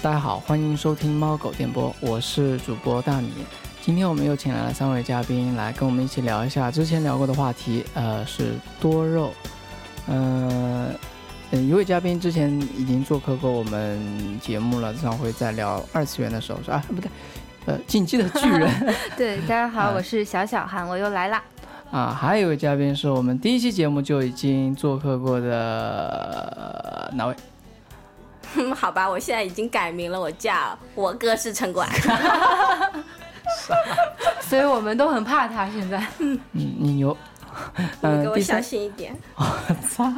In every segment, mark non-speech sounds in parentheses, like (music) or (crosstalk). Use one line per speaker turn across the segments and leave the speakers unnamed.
大家好，欢迎收听猫狗电波，我是主播大米。今天我们又请来了三位嘉宾来跟我们一起聊一下之前聊过的话题，呃，是多肉。呃，呃一位嘉宾之前已经做客过我们节目了，上回在聊二次元的时候说啊，不对，呃，进击的巨人
(laughs)
对，大家好，
嗯
我是小小韩，我又来啦。
啊，还有一位嘉宾是我们第一期节目就已经做客过的呃哪位？
嗯，好吧，我现在已经改名了，我叫我哥是城
(laughs)
管。
所以我们都很怕他。现在 (laughs)
嗯，你牛。
(laughs) 你
嗯、
给我
第
小
三
心一点。
操！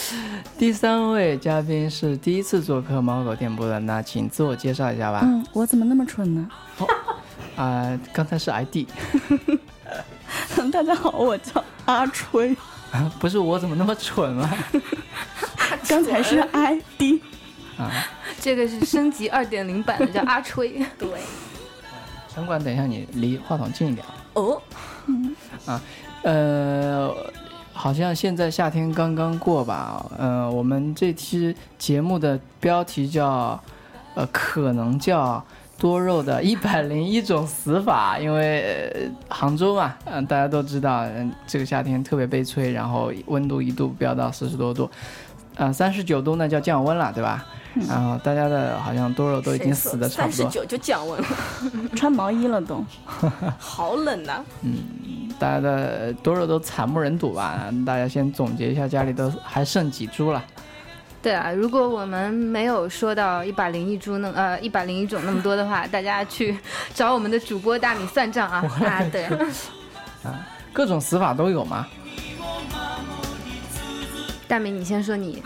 (laughs) 第三位嘉宾是第一次做客猫狗电波的，那请自我介绍一下吧。
嗯，我怎么那么蠢呢？
啊、刚才是 ID，
(laughs) 大家好，我叫阿吹，
(laughs) 不是我怎么那么蠢啊？ (laughs)
刚才是 ID。
啊，
这个是升级二点零版的，叫阿吹。 (laughs)
对，
城管，等一下你离话筒近一点。啊
哦，
呃，好像现在夏天刚刚过吧。呃，我们这期节目的标题叫，呃，可能叫多肉的 (laughs) 一百零一种死法，因为、呃杭州嘛，嗯、大家都知道，嗯、这个夏天特别悲催，然后温度一度飙到四十多度。啊、呃，三十九度那叫降温了，对吧？然后大家的好像多肉都已经死的差
嗯三
不
十
多，
九就降温了，
穿毛衣了都，
好冷呐、
大家的呃多肉都惨不忍睹吧？大家先总结一下，家里都还剩几株了。
对啊，如果我们没有说到一百零一株那呃一百零一种那么多的话，大家去找我们的主播大米算账啊啊！对，
各种死法都有嘛。
大米你先说你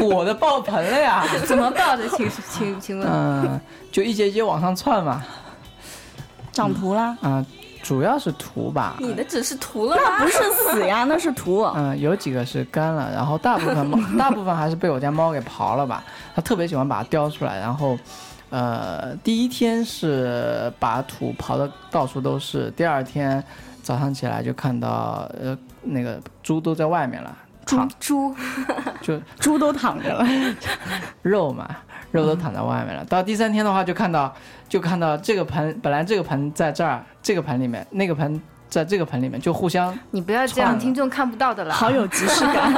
我的爆盆了呀！
(laughs)
(laughs)
怎么报的，请请请问？
嗯，就一节一节往上窜嘛。
长图啦，
啊、主要是图吧。
你的只是涂了
那
吧？
不是死呀，那是图。
嗯、有几个是干了，然后大部分猫，大部分还是被我家猫给刨了吧。它特别喜欢把它叼出来，然后，呃，第一天是把土刨的到处都是，第二天早上起来就看到呃那个猪都在外面了，
猪
躺
猪，
就
猪都躺着了，
肉嘛，肉
嗯
都躺在外面了。到第三天的话，就看到就看到这个盆，本来这个盆在这儿，这个盆里面，那个盆在这个盆里面，就互相啊、
你不要这
创
样，
了
听众看不到的了。
好有即视 (laughs) 感。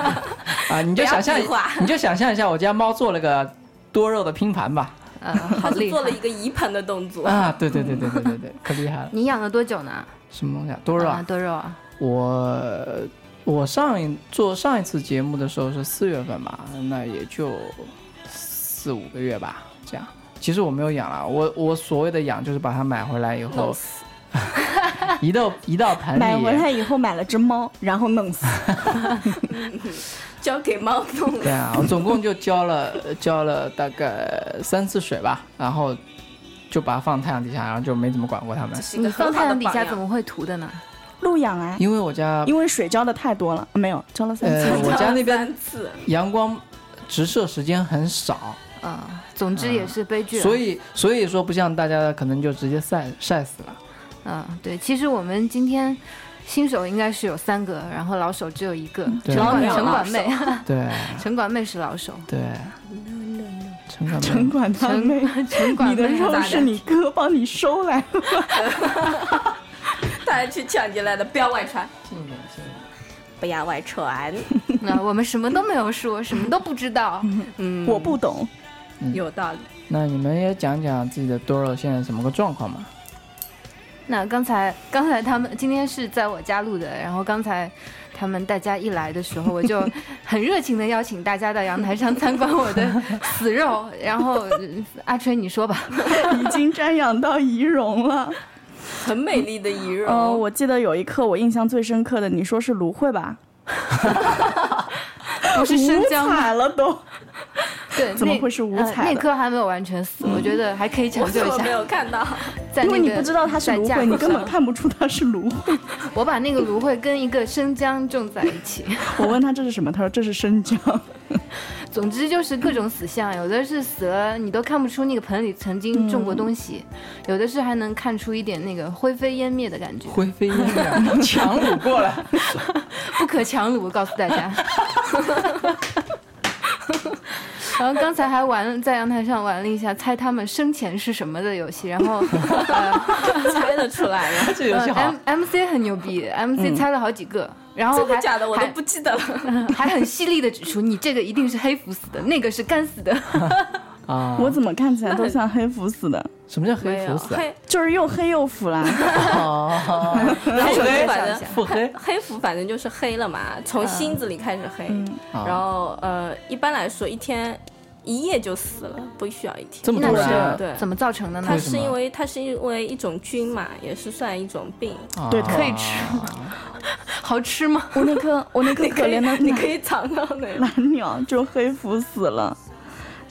啊你就想象
不要比划，
你就想象一下，我家猫做了个多肉的拼盘吧。
呃，好
它是
厉害
做了。一个移盆的动作。
啊，对对对对对对对，可厉害了，
你养了多久呢？
什么东西啊？多肉
啊，
啊！
多肉啊。
我我上一做上一次节目的时候是四月份吧，那也就四五个月吧，这样。其实我没有养了，我我所谓的养就是把它买回来以后 (laughs)
弄，死
移到移到盆里，
买回来以后买了只猫，然后弄死。
交给猫弄
对啊，我总共就浇了 (laughs) 浇了大概三次水吧，然后就把它放太阳底下，然后就没怎么管过它们
这。是一
你
个
放
很
太
好的
阳底
榜
下
样
怎么会涂的呢？
路养啊，
因为我家
因为水浇的太多了，没有浇了三
呃
次。
我家那边
三次，
阳光直射时间很少，
啊，总之也是悲剧了。
所以所以说不像大家可能就直接晒晒死了。
嗯，对，其实我们今天新手应该是有三个，然后老手只有一个，
对
嗯
城管
老手
城管妹， (laughs)
对
城管妹是老手，
对，城管
(laughs) 城
们
管他妹，
(laughs) 城管
你的嗯
妹
肉
咋
是你哥帮你收来的。
大家去抢劫来的，不要外传，
近一点近一点。
不要外传。
那我们什么都没有
(laughs)
说，什么都不知道。
嗯，
我不懂， (laughs)
有道理。
那你们也讲讲自己的多肉现在什么个状况嘛？
那刚才刚才他们今天是在我家录的，然后刚才他们大家一来的时候，我就很热情的邀请大家到阳台上参观我的死肉。然后嗯阿春你说吧，
(laughs) 已经瞻仰到仪容了。
很美丽的仪容，
哦
嗯，我记得有一刻我印象最深刻的，你说是芦荟吧？
不是生姜
五
吗？
彩了都。
对，
(laughs) 怎么
那
会是五
呃
彩的嗯
那颗还没有完全死，我觉得还可以抢
我
救
怎
一
么
下
没。有看
(laughs)
到？
在
因
那
为你
个
不知道它是
在
芦
架
荟，你
子
根本
上
看不出它是芦荟。
(laughs) 我把那个芦荟跟一个生姜种在一起， (laughs)
我问他这是什么，他说这是生姜。
总之就是各种死相，有的是死了你都看不出那个盆里曾经种过
嗯
东西，有的是还能看出一点那个灰飞烟灭的感觉， (laughs)
灰飞烟灭，强掳过来。
不可强掳，我告诉大家。 (laughs) 然后刚才还玩在阳台上玩了一下猜他们生前是什么的游戏，然后、呃
猜得出 (laughs) 来了。
这游戏好
呃、，M MC 很牛逼，MC
嗯
猜了好几个，然后
真的
还
假的？我都
还
不记得了。
还很犀利的指出你这个一定是黑服死的，那个是干死的。哎
啊，
我怎么看起来都像黑福死的，
什么叫黑啊服死啊？
黑
就是又黑又腐啦。
哦，
然后
腹
我
黑
就反正
腹黑
黑服反正就是黑了嘛，从心子里开始黑。
啊
然后呃，一般来说一天一夜就死了，不需要一
(laughs)
天。
这么
那
突
是
然啊
对
怎么造成的呢
它？
为什
是
么
因为它是因为一种菌嘛，也是算一种病。
啊
对可
以吃好吃吗？
我那颗我那颗
你
可
以
怜的
你
蓝
可以尝到那个。
蓝鸟就黑福死了。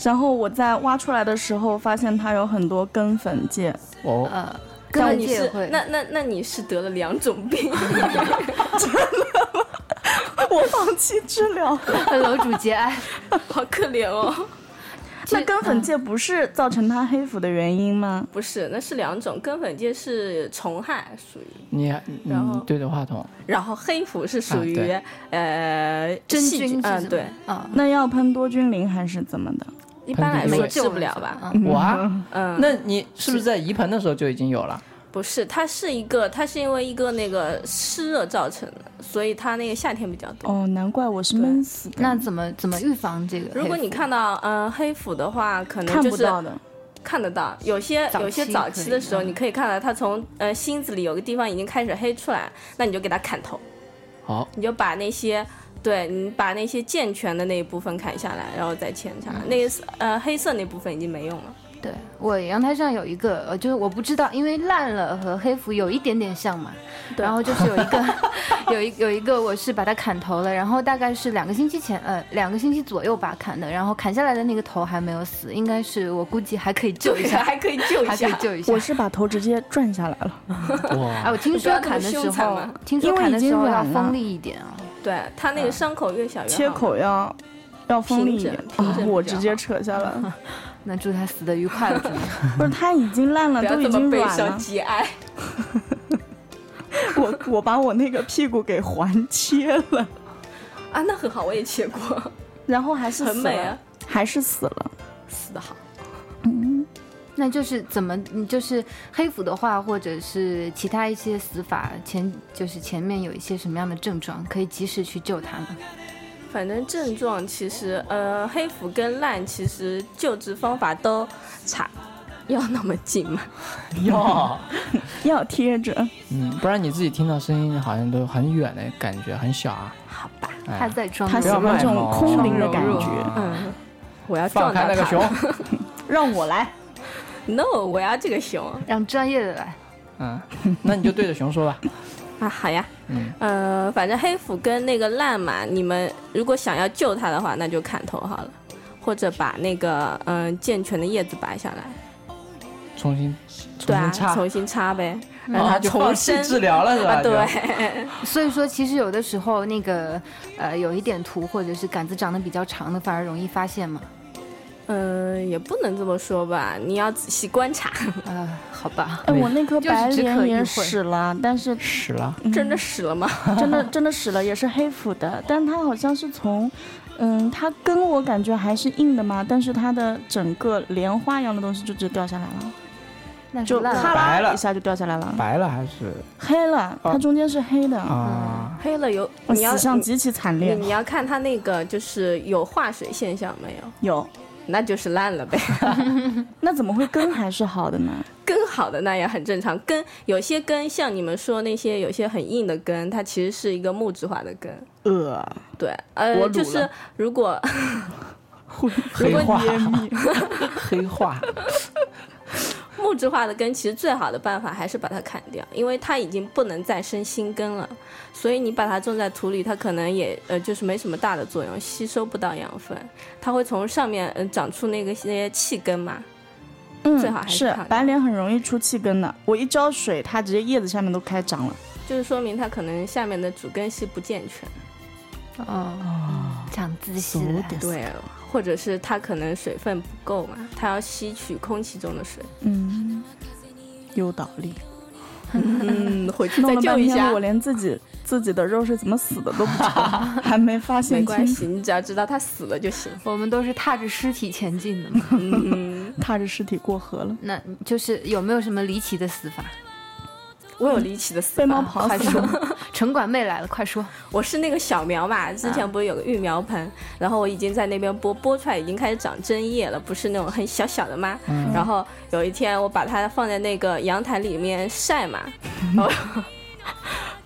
然后我在挖出来的时候，发现它有很多根粉疥，
哦，
呃，
那
根
你
界
是
会。 (laughs)
那那那你是得了两种病，
(laughs) 我放弃治疗。
楼主节 (laughs) 哀，
好可怜哦。
那根粉疥不是造成它黑腐的原因吗？
不是，那是两种，根粉疥是虫害属于，
你
然后
你对着话筒，
然后黑腐是属于、
啊
呃
真
细
菌
嗯、对，
啊，
那要喷多菌灵还是怎么的？
一般来
没
说
救
治不
了
了
是吧
吧？
嗯
我啊，
嗯，
那你是不是在移盆的时候就已经有了？
不是，它是一个，它是因为一个那个湿热造成的，所以它那个夏天比较多。
哦，难怪我是闷死的。
那怎么怎么预防这个黑腹？
如果你看到嗯、呃黑腐的话，可能
看
就
不
是
到的，
看得到，有些
早期
有些早期的时候，
可以嗯
你可以看到它从呃心子里有个地方已经开始黑出来，那你就给它砍头，
好，
你就把那些。对你把那些健全的那一部分砍下来，然后再嵌上来。那个呃黑色那部分已经没用了。
对我阳台上有一个，呃，就是我不知道，因为烂了和黑服有一点点像嘛。
对
然后就是有一个， (laughs) 有一有一个我是把它砍头了，然后大概是两个星期前，呃，两个星期左右吧砍的，然后砍下来的那个头还没有死，应该是我估计还可以救一下，
(laughs) 还可以救一
还可以
下。
救一下
我。是把头直接转下来了。
哎，
哇，
我听说砍的
不要那么
时
凶残
候
嘛，
听说
因为
砍的
已经
时候要
软了
锋利一点啊。
对它那个伤口越小越好。
切口要要锋利一点
平整平
啊！
整
我
比较
直接
好
扯下来了，
那祝他死的愉
(laughs)
快了，祝你
不是它已经烂了，
不要
都
这
已
么
经
悲
软
伤
了。
节哀。
我我把我那个屁股给环切了，
啊，那很好，我也
(laughs)
切过，
然后还是
很
死
美
了
啊，
还是死了。
死的好。
那就是怎么，你就是黑腹的话，或者是其他一些死法前，就是前面有一些什么样的症状，可以及时去救他们。
反正症状其实，呃，黑腐跟烂其实救治方法都差，要那么近吗？
哟，
要贴着，
嗯，不然你自己听到声音好像都很远的感觉，很小啊。
好吧，
哎
他在装
他
不
喜
要
欢
卖
这种
萌
空灵的感
柔弱
觉，
嗯，我要
啊放
撞
开
到
那个
它
熊，
让我来。
(laughs) ，no，我要这个熊
让专业的来。
嗯，
(laughs)
那你就对着熊说吧。
啊，好呀，
嗯，
呃，反正黑腐跟那个烂嘛，你们如果想要救它的话，那就砍头好了，或者把那个嗯、健全的叶子拔下来，
重新
对
重新，
啊
插，
重新插呗，
然
让
后
它
就放
重
弃
生。
治疗了是吧？
啊，对，
所以说，其实有的时候那个呃，有一点图或者是杆子长得比较长的，反而容易发现嘛。
嗯、也不能这么说吧，你要仔细观察，
呃，好吧，
哎，
对
我那颗
就是
白
只可
莲
意
也
会
使了，但是
就屎了。
真的死了吗？
真的真的使了，也是黑腐的，但它好像是从，嗯，它根我感觉还是硬的嘛，但是它的整个莲花一样的东西就直接掉下来了，
那是
就
烂
咔
了。
白
啦
了
一下就掉下来了，
白哦了还是
黑了，它中间是黑的，
啊？
(laughs) 黑了有，
我
你要
死相极其惨
你
烈。
你要看它那个就是有化水现象没有，
有，
那就是烂了呗。 (laughs)
那怎么会根还是好的呢？
根好的那也很正常，根有些根像你们说那些有些很硬的根，它其实是一个木质化的根。
呃，
(laughs)
对，呃
我，卤
就
了
是如果 (laughs)
黑
如
化
果，
黑
(laughs)
化，
木质化的根，其实最好的办法还是把它砍掉，因为它已经不能再生新根了，所以你把它种在土里，它可能也呃就是没什么大的作用，吸收不到养分，它会从上面呃长出那个那些气根嘛。 (laughs) 最好
嗯，
还是
是
看
白莲很容易出气根的，我一浇水，它直接叶子下面都开长了。
就是说明它可能下面的主根系不健全，
嗯，长啊自细了。
对，或者是它可能水分不够嘛，它要吸取空气中的
(laughs)
水。
嗯，有道理。
嗯，回去
弄
再
了
救
半
一
天
下 (laughs)
我。连自己自己的肉是怎么死的都不知道，还没发
没
现
关
清楚。
系，你只要知道他死了就
(laughs)
行。
我们都是踏着尸体前进的
(laughs)
嘛。
嗯，
踏着尸体过河了，
那就是有没有什么离奇的死法？
我有离奇的死
被猫
法，
跑
快
死
说
了。，
城管妹来了，快说。
我是那个小苗嘛，之前不是有个育苗盆，然后我已经在那边播播出来，已经开始长针叶了，不是那种很小小的吗？
嗯
然后有一天我把它放在那个阳台里面晒嘛， (laughs) 然后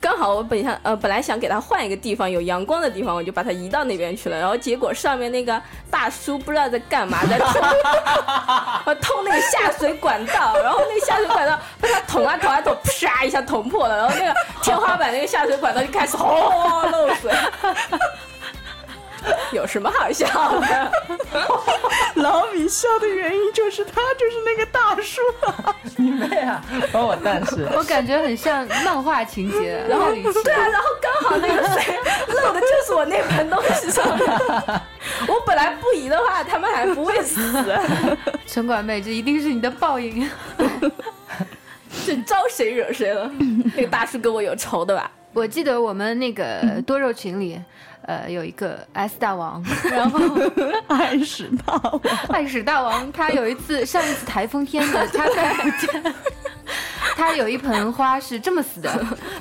刚好我本想呃本来想给它换一个地方有阳光的地方，我就把它移到那边去了。然后结果上面那个大叔不知道在干嘛，在 (laughs) 冲，我通那个下水管道，然后那个下水管道被它捅啊捅啊捅，啪一下捅破了，然后那个天花板那个下水管道就开始轰漏水。 (laughs) 有什么好笑的？
老米笑的原因就是他就是那个大叔，
(laughs) 你妹啊！帮我但是
(laughs) 我感觉很像漫画情节，然后
对啊，然后刚好那个水漏的就是我那盆东西上面。我本来不移的话，他们还不会死。
城管妹，这一定是你的报应。 (laughs)
这招谁惹谁了？那个大叔跟我有仇的吧？
我记得我们那个多肉群里，呃，有一个 S 大王，然后
爱死他了。
爱屎大王他有一次上一次台风天的，他在福建，他有一盆花是这么死的。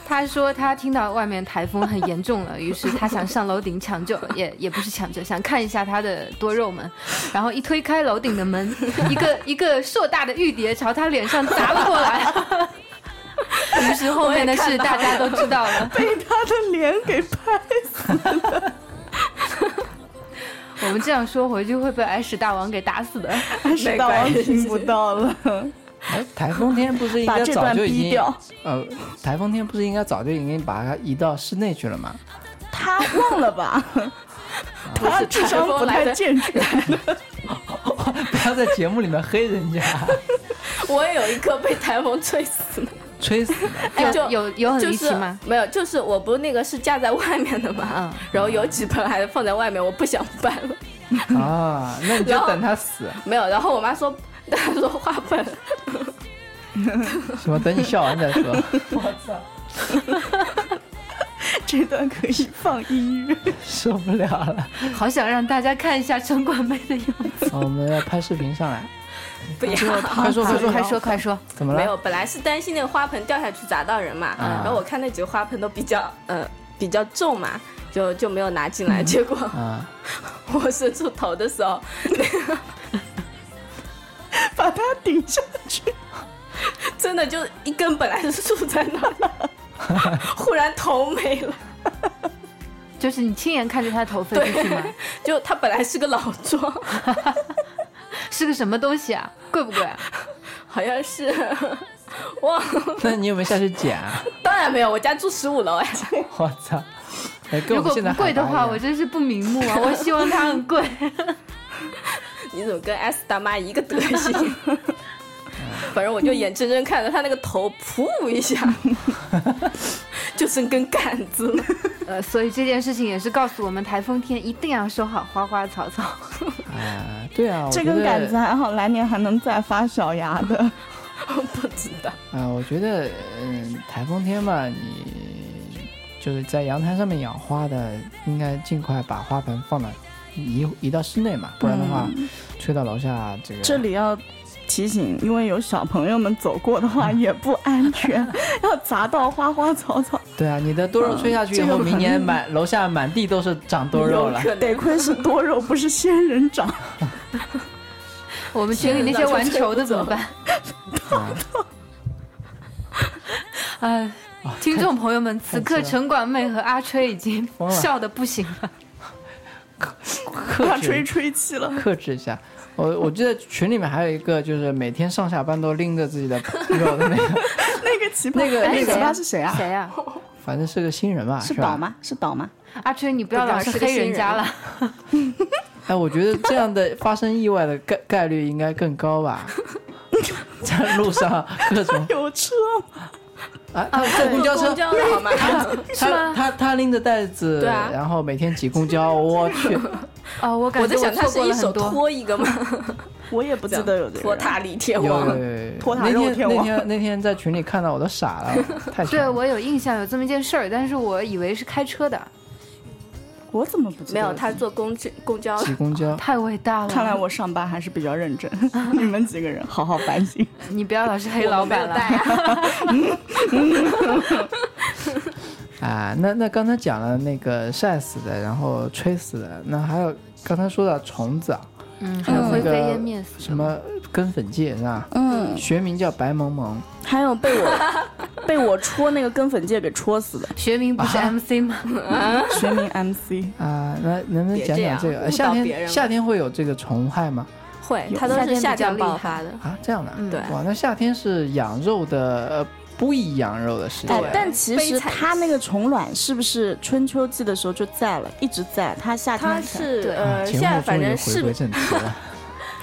他说他听到外面台风很严重了，于是他想上楼顶抢救，也也不是抢救，想看一下他的多肉们。然后一推开楼顶的门，一个一个硕大的玉蝶朝他脸上砸了过来。于是后面的事大家都知道了。
(laughs) 被他的脸给拍
我们这样说回去会被爱屎大王给打死的。
死，大王听不到了，
哎，台风天不是应
把
该
这
早
段
就已
逼
经
掉。
呃，台风天不是应该早就已经把它移到室内去了吗？ (laughs)
他忘了 (laughs) 吧？他智商不太健全，
不要在节目里面黑人家，
我也有一颗被台风吹死的，
吹死
哎，就
有有有很
就
离奇
是
吗？
没有，就是我不是那个是架在外面的嘛，
嗯
然后有几盆还放在外面，我不想搬了，
啊！那你就
然后
等它死，
没有。然后我妈说，她说花盆，
什么等你笑完再说。 (laughs)
这段可以放音乐。
受不了了，
好想让大家看一下城管妹的样
(laughs)
子。
哦我们要拍视频上来。
不要。
快说快说
快说快说！
怎么
没
了？
有，本来是担心那个花盆掉下去砸到人嘛，
嗯
啊
然后我看那几个花盆都比较呃比较重嘛，就就没有拿进
嗯
来。 (laughs) 结果
啊，
我伸出头的时候，
把他顶上去，
真的就一根本来是竖在那里，
(laughs)
忽然头没了。
就是你亲眼看着他头飞
(laughs)
出去吗？
就它本来是个老桩，
是个什么东西啊？贵不贵啊？
好像是。 (laughs) 哇，
那你有没有下去捡啊？ (laughs)
当然没有，我家住十五楼哎， (laughs)
我操！哎，跟
如
我们
果
现在
不贵的
海拔
话，
一样
我真是不瞑目啊！我希望它很贵。 (laughs)
你怎么跟 S 大妈一个德
(laughs)
行？反正我就眼睁睁看着他那个头噗一下， (laughs) 就剩根杆子了。
呃，所以这件事情也是告诉我们，台风天一定要收好花花草草。 (laughs)
啊，对啊，我
这
觉
根
得
杆子还好，来年还能再发小芽的。
不知道，
啊、我觉得，嗯，台风天嘛，你就是在阳台上面养花的，应该尽快把花盆放到移移到室内嘛，不然的话，吹到楼下这个。
这里要提醒，因为有小朋友们走过的话也不安 (laughs) 全，要砸到花花草草。
对啊，你的多肉吹下去以
嗯这
后，
个
明年
很
满楼下满地都是长多肉了。
有可能
得亏是多肉，不是仙人掌。
我们群里那些玩球的怎么
(laughs)
办？
啊
哎，
啊
(laughs) 听众朋友们，此刻城管妹和阿吹已经
疯了
笑的不行了。
克
怕
制
吹吹气了，
克制一下。我我记得群里面还有一个，就是每天上下班都拎着自己的朋友的那个，
那个奇葩，
那个
哎
那个
奇葩是谁啊？
谁呀？
反正是个新人吧，
是
是
倒
吧？
吗？是倒吗？
阿吹，你不要老是黑人家了。
哎，我觉得这样的发生意外的概概率
(laughs)
应该更高吧。在路上各种
有车吗？
啊，他在公交车
公，交的好吗？
是
他
吗
他他拎着袋子，
对啊
然后每天挤公交，我去，
(laughs) 哦，我感
(laughs) 我
觉
在想他
错
是
过
一
了
手
很 (laughs) 多。
托一个吗？
我也不记得有这
托
个人。
塔李天
有有
王。
有有有
托塔
那
肉
天
天
那
王
天那天在群里看到我都傻了，
(laughs)
太强
对，
了
我有印象有这么一件事儿，但是我以为是开车的，
我怎么不记得？
没有，他坐公交公交
挤公交，
太伟大了。
看来我上班还是比较认 (laughs) 真。你们几个人好好反省。
(laughs) 你不要老是黑老板
我没有
了
带。啊
啊，那那刚才讲了那个晒死的，然后吹死的，那还有刚才说到虫子啊，
嗯，还有
嗯
灰
那个
飞烟灭死的
什么
嗯
根粉芥是吧？
嗯，
学名叫白萌萌，
(laughs) 还有被我被我戳那个根粉芥给戳死 (laughs) 的，
学名不是 MC 吗？
学名 MC。
啊，那能不能
别
讲
这
讲
样
这个？呃
误
夏
导别人
天
了
夏天会有这个虫害吗？
会，
有
他都
夏天
是
比
夏
较
天
厉
爆
害
发的。
啊，这样的啊，
嗯
对
哇，那夏天是养肉的，呃，不宜养肉的时
哎
间。，
但其
悲
实
惨
它那个虫卵是不是春秋季的时候就在了，一直在？它夏天
他
才
是
对
啊
呃，
节
现
目
在
终
反
于
正
回
市
归正题
(laughs)
了。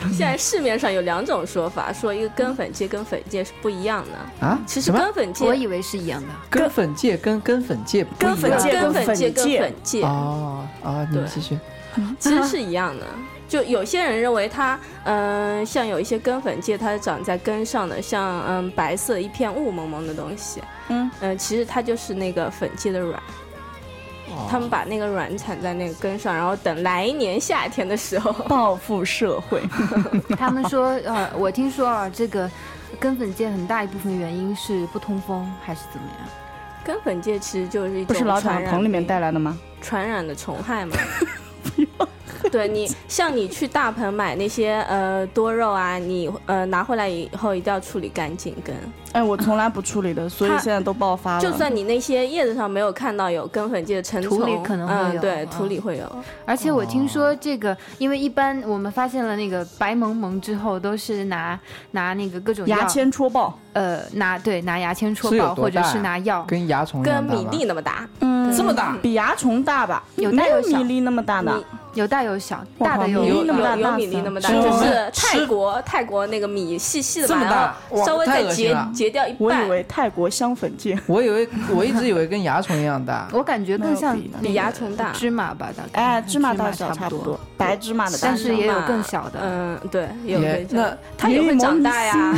现在市面上有两种说法，说一个根粉芥跟粉芥是不一样的。
啊？
其实
什么
根粉芥
我以为是一样的。
根粉芥跟根粉芥不
根
一
粉
样
芥
根粉
芥
跟
跟
粉芥
哦啊，你们
对
继续
其实是一样的。就有些人认为它，嗯、像有一些根粉芥，它长在根上的，像嗯白色一片雾蒙蒙的东西，
嗯
嗯、其实它就是那个粉芥的卵，
哦
他们把那个卵产在那个根上，然后等来年夏天的时候， (laughs)
报复社 (laughs) 会。
他们说，呃，我听说啊，这个根粉界很大一部分原因是不通风，还是怎么样？
根粉芥其实就是一
不
种
是老
传
蒋
染
棚里面
病
带来的吗？
传染的虫害
(laughs)
嘛。对你，像你去大棚买那些呃多肉啊，你呃拿回来以后一定要处理干净根。
哎，我从来不处
(laughs)
理的，所以
它
现在都爆发了。
就算你那些叶子上没有看到有根粉芥的成虫，
土里可能会有
嗯，对，
嗯
土里会有。
而且我听说
哦
这个，因为一般我们发现了那个白萌萌之后，都是拿拿那个各种药
牙，签戳爆，
呃，拿对拿牙签戳
是有
爆，
多
或者
大
是
呀
拿药。
跟蚜虫一
跟
样大
米
吗？
粒那么大，
嗯
这么大
比蚜虫大吧？
有大
没有
有小
米粒那么大呢
米。
有大有小，
我
大
靠
的。
米粒
有
那么大
有
大
米粒那么大，
小
就
吃
是
吃
泰国泰国那个米细细的
这
嘛，
么大
然
哇
后稍微
太
再
恶心
截
了
截掉一
我
半
以，为泰国香粉芥。
我以为我一直以为跟蚜虫一样大
(laughs)
我感觉更像
没有比的
那
比
个
蚜虫大。
芝麻吧，大概
哎，
嗯
芝麻大
差
小差
不
不多，，白芝麻的大
但
小。
是也有
嘛
更小的
嗯，对，有
也
更小
那
的，它也会长大呀。 (laughs)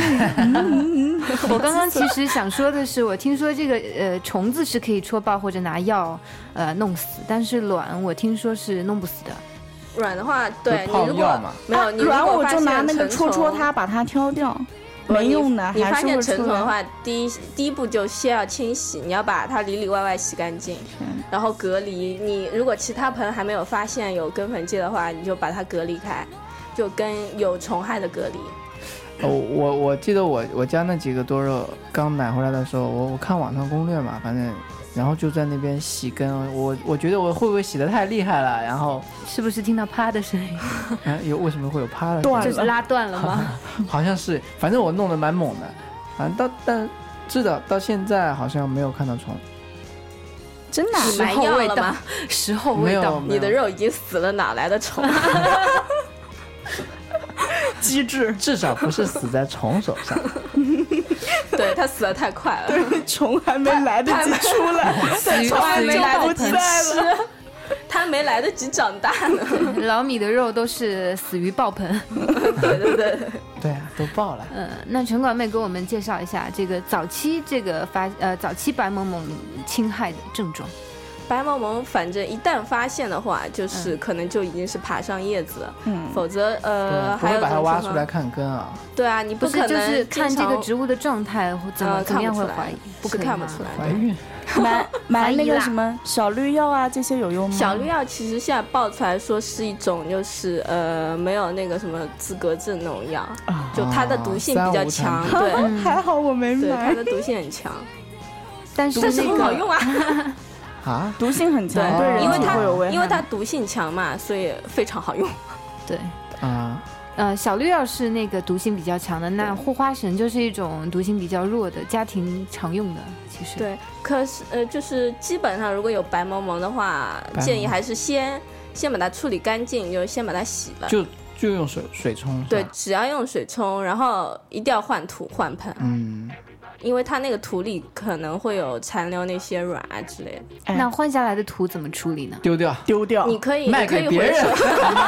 我刚刚其实想说的是，我听说这个呃虫子是可以戳爆或者拿药呃弄死，但是卵我听说是弄不死的。
软的话，对
泡
你如
药
果
嘛
没有，你如
啊然后
果
我
发
就
现
拿那个
成
戳戳
虫
它，把它挑掉，
不
没
你
用的，
你
还
发
是
现
会
成
出
虫的
来。
话，第一第一步就先要清洗，你要把它里里外外洗干净，
嗯
然后隔离。你如果其他盆还没有发现有根粉芥的话，你就把它隔离开，就跟有虫害的隔离。
哦我我记得我我家那几个多肉刚买回来的时候，我我看网上攻略嘛，反正然后就在那边洗根，我我觉得我会不会洗的太厉害了，然后
是不是听到啪的声音？
啊有为什么会有趴了？
断
就
了
是拉断了吗？
好像是，反正我弄得蛮猛的，反正到但至少到现在好像没有看到虫，
真的啊，
你埋药了吗？
(laughs) 时候
没
未 (laughs)
有
到，
没
你
有
的肉已经死了，哪来的虫？啊
机智
至少不是死在虫手上。
(laughs) 对，它死的太快了。
虫还没来得及出来，
(laughs)
死
虫还
于
没来
不
得及
在了。 (laughs)
吃，它没来得及长大呢。
(laughs) 老米的肉都是死于爆盆。
对对对，
对啊，都爆了。
嗯，那城管妹给我们介绍一下这个早期这个发呃早期白萌萌侵害的症状。
白毛萌反正一旦发现的话，就是可能就已经是爬上叶子了，
嗯
否则呃
啊不
还有
会把
一
它
种
挖
情
出
况
来看根啊，
对啊，你
不
不
是
可能
就是看这个
经
植物的状态或怎
常
么
呃
怎么
看
样
不
会
出来
怀疑，
是
可以
看不
吗
出来
怀
的。
孕
(laughs)
买买那
怀疑
个
啦
什么小绿药啊，这些有用吗？
小绿药其实现在爆出来说是一种就是呃没有那个什么资格证那种药，就它的毒性比较强，
啊三无
对、
嗯
还好我没
对，它
买，
的毒性很强，
但是
但是
那
不好
个
用啊，
啊，
毒性很强，
(laughs) 对啊
对人
因为
体
它
会有危害。
因为它毒性强嘛，所以非常好用。
对。
啊，
呃，小绿药是那个毒性比较强的，那护花神就是一种毒性比较弱的，家庭常用的。其实，
对，可是呃就是基本上如果有白毛萌的话
白，毛
建议还是先先把它处理干净，就是先把它洗了。
就就用水水冲。是吧
对，只要用水冲，然后一定要换土换盆。
嗯，
因为它那个土里可能会有残留那些软啊之类的。
哎
那换下来的土怎么处理呢？
丢掉，
丢掉，
你可以，
卖
你可
给
以
别
回
人
收， (laughs)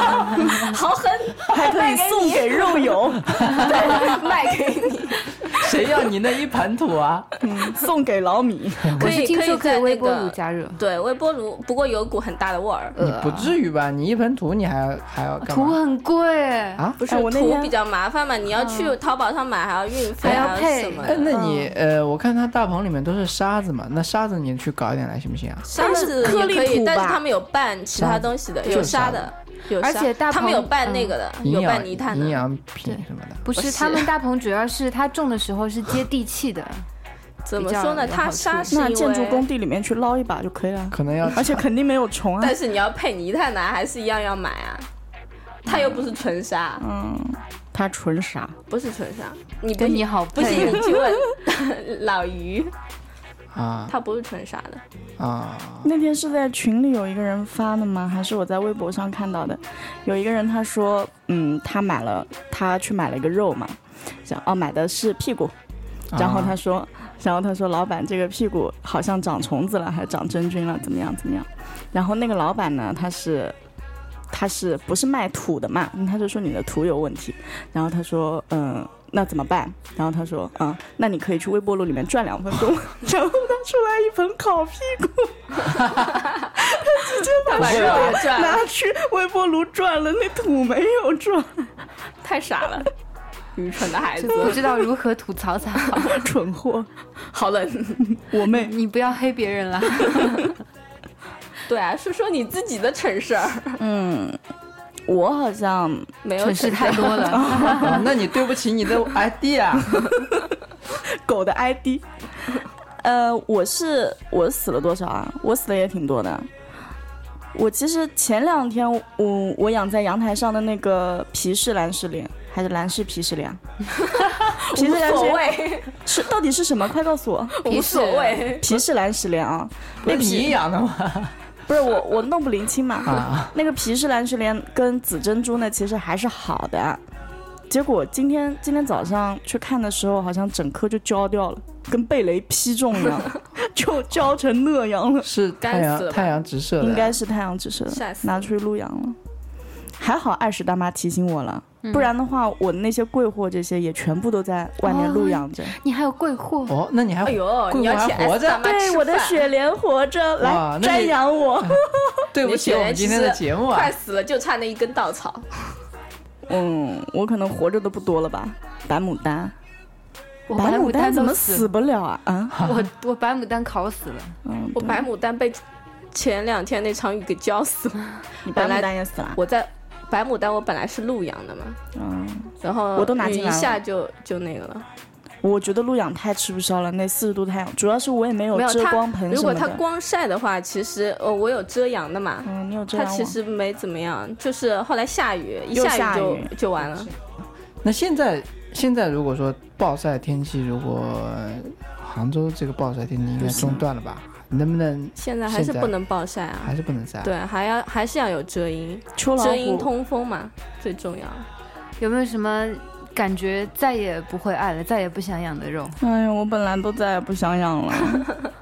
好狠，
还可以送给
(laughs)
肉友，
对， (laughs) 卖给你，
(laughs) 谁要你那一盘土
(laughs)
啊？
嗯，送给老米。
可
(laughs) 我是
以，
听
可以
说可以
在
微
那
波
个
炉加热，
对，微波炉，不过有股很大的味儿。
你不至于吧？你一盆土你还还要干
土
嘛？
很贵，
啊？
不是
哎我那
土
天
比较麻烦嘛，你要去淘宝上买，还要运费，
还要
还
配
什么
哎，
的？
那你
嗯
呃，我看他大棚里面都是沙子嘛，那沙子你去搞一点来行不行啊？
沙子
但是颗
也
粒
可以，
土
但是
吧
他们有拌其他东西的，
就是
有
沙
沙的，有沙，
而且大
他们有
棚
拌那个的，有
营
拌
养
泥炭
营
的，
养品什么的。
不
不
是
是
他们大棚主要是它种的时候是接地气的，
怎
比
么
较
说呢？
有
它
好
沙
处
是
那
因
建筑
为
工地里面去捞一把就可以了，
可能要
而且肯定没有虫啊
但。是你要配泥炭的，还是一样要买啊。它又不是纯沙，
嗯，它纯啥？
不是纯沙，你不
跟你
信，
好
不信你去问 (laughs) 老于，
啊
它不是纯沙的。
啊，
那天是在群里有一个人发的吗？还是我在微博上看到的？有一个人他说，嗯，他买了，他去买了一个肉嘛，想哦买的是屁股，然后他
啊
说，然后他说，老板这个屁股好像长虫子了，还长真菌了，怎么样怎么样？然后那个老板呢，他是他是不是卖土的嘛？他就说你的土有问题，然后他说，嗯、那怎么办？然后他说，嗯，那你可以去微波炉里面转两分钟， (laughs) 然后他出来一盆烤屁股，
他把肉也赚了，
拿去微波炉转了，那土没有
(laughs)
转，
太傻了，愚蠢的孩子
就，不知道如何吐槽才好。
蠢货，
好冷。
(laughs) 我妹。
(laughs) 你不要黑别人啦，
对啊，说说你自己的蠢事儿，
嗯，我好像
没有
蠢事
蠢
太多
哦
了。
啊那你对不起你的 ID
(laughs)
啊，
狗的 ID。呃，我是我死了多少啊？我死了也挺多的。我其实前两天我我养在阳台上的那个皮氏兰氏莲，还是兰氏皮
(laughs)
氏莲？ (laughs) 皮氏
无
兰
所
氏
谓，
是到底是什么？快
(laughs)
告诉我！
无所谓。
皮氏兰氏莲啊，
那你养的吗？
不是我我弄不明清嘛。
啊，
那个皮氏兰氏莲跟紫珍珠呢，其实还是好的。结果今天今天早上去看的时候，好像整棵就焦掉了，跟被雷劈中一
(laughs)
样，就焦成那样了。
是
该
太
死
阳
了
太阳直射的，
应该是太阳直射的
吓死
拿出去露阳了。还好二十大妈提醒我了，
嗯
不然的话，我那些贵货这些也全部都在外面露阳着。
嗯
你还有贵货，
哦，那你还
哎呦，你要请
贵妇还活
S
着
大妈吃
对，
饭
我的雪莲活着，来
哇那
瞻
你
仰
(laughs)
我。
对不
你
起
显
我
然
们
其
今
实
天的节目啊
快，死了，就差那一根稻草。
嗯，我可能活着都不多了吧。白牡丹，
我
白牡丹
丹
怎么
都
(laughs) 死？不了啊？啊，
(laughs)
我我白牡丹烤死了，
嗯，
我
对
白牡丹被前两天那场雨给浇死了。
你
本
白
来
牡丹也死了。
我在白牡丹，我本来是陆阳的嘛，
嗯，
然后
我都拿
雨
进
一
来了
下就就那个了。
我觉得露养太吃不消了，那四十度太阳，主要是我也没有
没有
遮
它
光盆
如
什
果
么
它
的。
光晒的话，其实呃我有遮阳的嘛，
嗯，你有遮
它
阳
其
网。
实没怎么样，就是后来下雨，一
又
雨就
下雨
就完了。
那现在现在如果说暴晒天气，如果杭州这个暴晒天气应该
不行
中断了吧？能不能
现在还是
现在
不能暴晒啊，
还是不能晒？
对，还要还是要有遮阴，
秋老
遮阴
虎，
通风嘛最重要。
有没有什么感觉再也不会爱了，再也不想养的肉？
哎呀，我本来都再也不想养
(laughs)
了，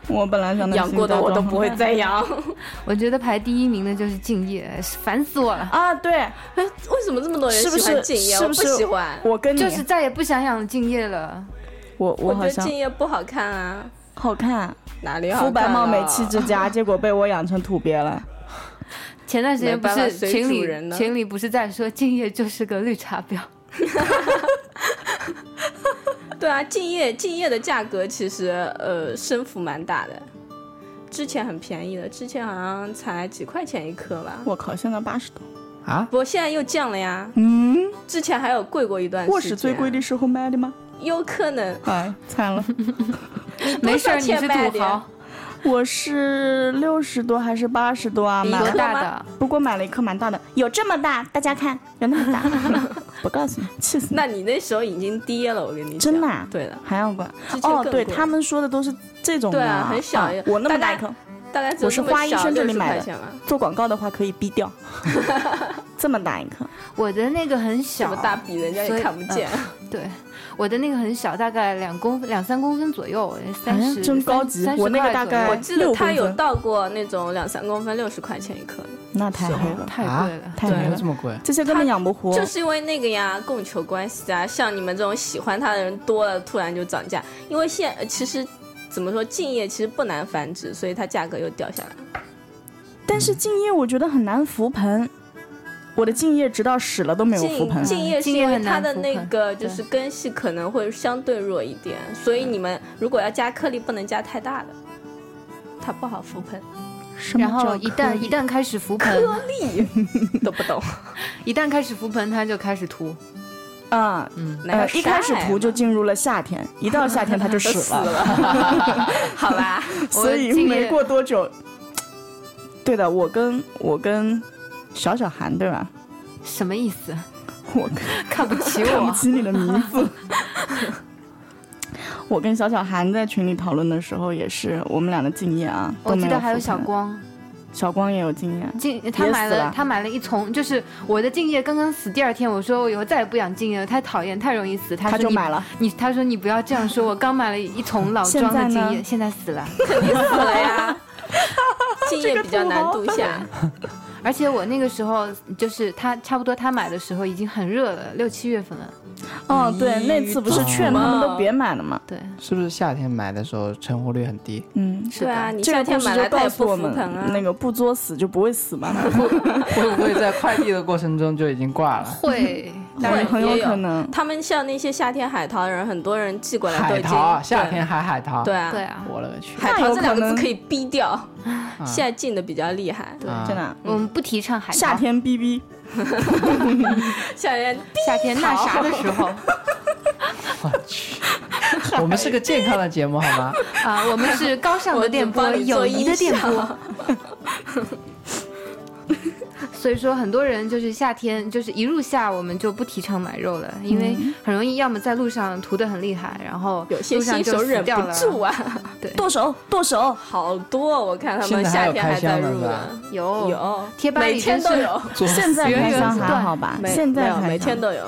我本来想
养过的我都不会再养。
我觉得排第一名的就是敬业，烦死我了。
(laughs) 啊。对，
(laughs) 哎为什么这么多人
是不
喜
是
欢敬业？
是不
我
是
不喜欢，
我跟你，
就是再也不想养敬业了，
我我
觉
好
得
像
敬业不好看啊，
好看，
哪里好看、
肤白貌美气质。
(laughs)
佳，结果被我养成土鳖了。
前段时间不
没办
是
法随
群
主
里
人呢
群里不是在说敬业就是个绿茶婊，
对啊，敬业敬业的价格其实呃升幅蛮大的，之前很便宜的，之前好像才几块钱一颗吧。
我靠，现在八十多。
啊，
不过现在又降了呀，
嗯，
之前还有贵过一段时间。
我是最
啊
贵的，时候买的吗？
有可能
哎，
(laughs)
惨了，
没事儿，你是
多少钱卖
土
的
豪
呀，
(laughs) 我是六十多还是八十多啊？
比
买了
我
克
大
吗
的。
不过买了一颗蛮大的，有这么大，大家看，有那么大， (laughs) 不告诉你，气死
(laughs)
你！
那你那时候已经跌了，我跟你讲。
真的啊
对的，
还要管
之前
哦，
更
对
贵
他们说的都是这种的
对啊
啊，
很小
啊我那么大一颗，
大概只有
我是
这么
花医
小
生这里
60
买的
块钱吧，
做广告的话可以逼 (laughs) 掉，这么大一颗，
我的那个很
这
小
么，大笔人家
所
也
以
看不见。
对，我的那个很小，大概两公两三公分左右，三
哎
十、
呀真高级
三十
我那个大概
我记得它
呃六公
有
分
到过那种两三公分，六十块钱一颗，
那太黑了，
太
啊
贵了。
太
怎
黑
么
了
这，么贵？
这些根本养不活。
就是因为那个呀，供求关系啊，像你们这种喜欢它的人多了，突然就涨价。因为现呃其实怎么说，茎叶其实不难繁殖，所以它价格又掉下来。
但是茎叶我觉得很难扶盆，我的茎叶直到死了都没有啊扶
茎
盆。
茎叶是
茎叶
因为
很
它
难
的
复
那
刻
个就是根系可能会相对弱一点，所以你们如果要加颗粒，不能加太大的，它不好覆盆。
什么
然后
叫
一
颗
旦
粒
一旦开始浮盆，
都不
(laughs)
懂，
一旦开始浮盆，它就开始秃。
啊，
嗯，
哪
呃，
有
一开始
晒
涂就
嘛
进入了夏天，一到夏天它就
都
死
死
了，
了， (laughs) 好吧？
所
我
以
今
没
年
过多久，对的，我跟我跟小小韩对吧？
什么意
(laughs)
思？
我
看不起
看不
我？
起你的名字。我跟小小韩在群里讨论的时候，也是我们俩的经验啊，
我
都没
记得还有
复
小
盘，
光，
小光也有经验，
茎他
也
买
死
了
了
他买了一丛，就是我的茎叶刚刚死，第二天我说我以后再也不养茎叶了，太讨厌，太容易死。他
他
说
就
你
买了。
你他说你不要这样说，我刚买了一丛老
现
桩的
在呢
茎叶，现在死了。 (laughs)
死了
(laughs)
呀，茎叶比较难度
啊
下。
而且我那个时候就是他差不多他买的时候已经很热了，六七月份了。
哦，对，那次不是劝他们都别买了吗？
对，
是不是夏天买的时候成活率很低？ (laughs)
嗯，
是
对啊，
的。
你
这
夏
个
天
故
买
事
来
就
它也
告
不
诉
覆
我
盆
们，
啊。
那个不作死就不会死嘛。
会不会在快递的过程中就已经挂
(laughs)
了？
会，
当然
对很有
也有
可能。
他们像那些夏天海淘的人，很多人寄过来都
海
已经
淘啊，夏
对
天还海淘。
对，啊，
对啊，
我了个去！
海
那
淘
有
这两
可
个字
能
可以逼掉，
啊
现在进的比较厉害。
啊
真的啊，
我们不提倡海淘
夏天逼逼，
夏天
夏天那啥的时候
(laughs)
(laughs)
我去，我们是个健康的节目好吗？
啊，我们是高尚
我
的
只
电波，
帮你
友
做
谊的电
音
波
效。
所以说，很多人就是夏天，就是一入夏，我们就不提倡买肉了，因为很容易要么在路上涂得很厉害，然后
(laughs) 嗯有
(laughs)
些
路上
新
就
手
死
忍
掉
不
了。
住啊，
剁手剁手，
好多我看他
现
们
在还
夏
有
天
开
还在
箱的
入
是吧
的，
有
有
哦贴吧
每
里
天
真
都
是
有。
做
现
(laughs)
在
源
开
源
箱
不
还
断
好吧？
没
现
没
在
有
开
每
箱
天都有。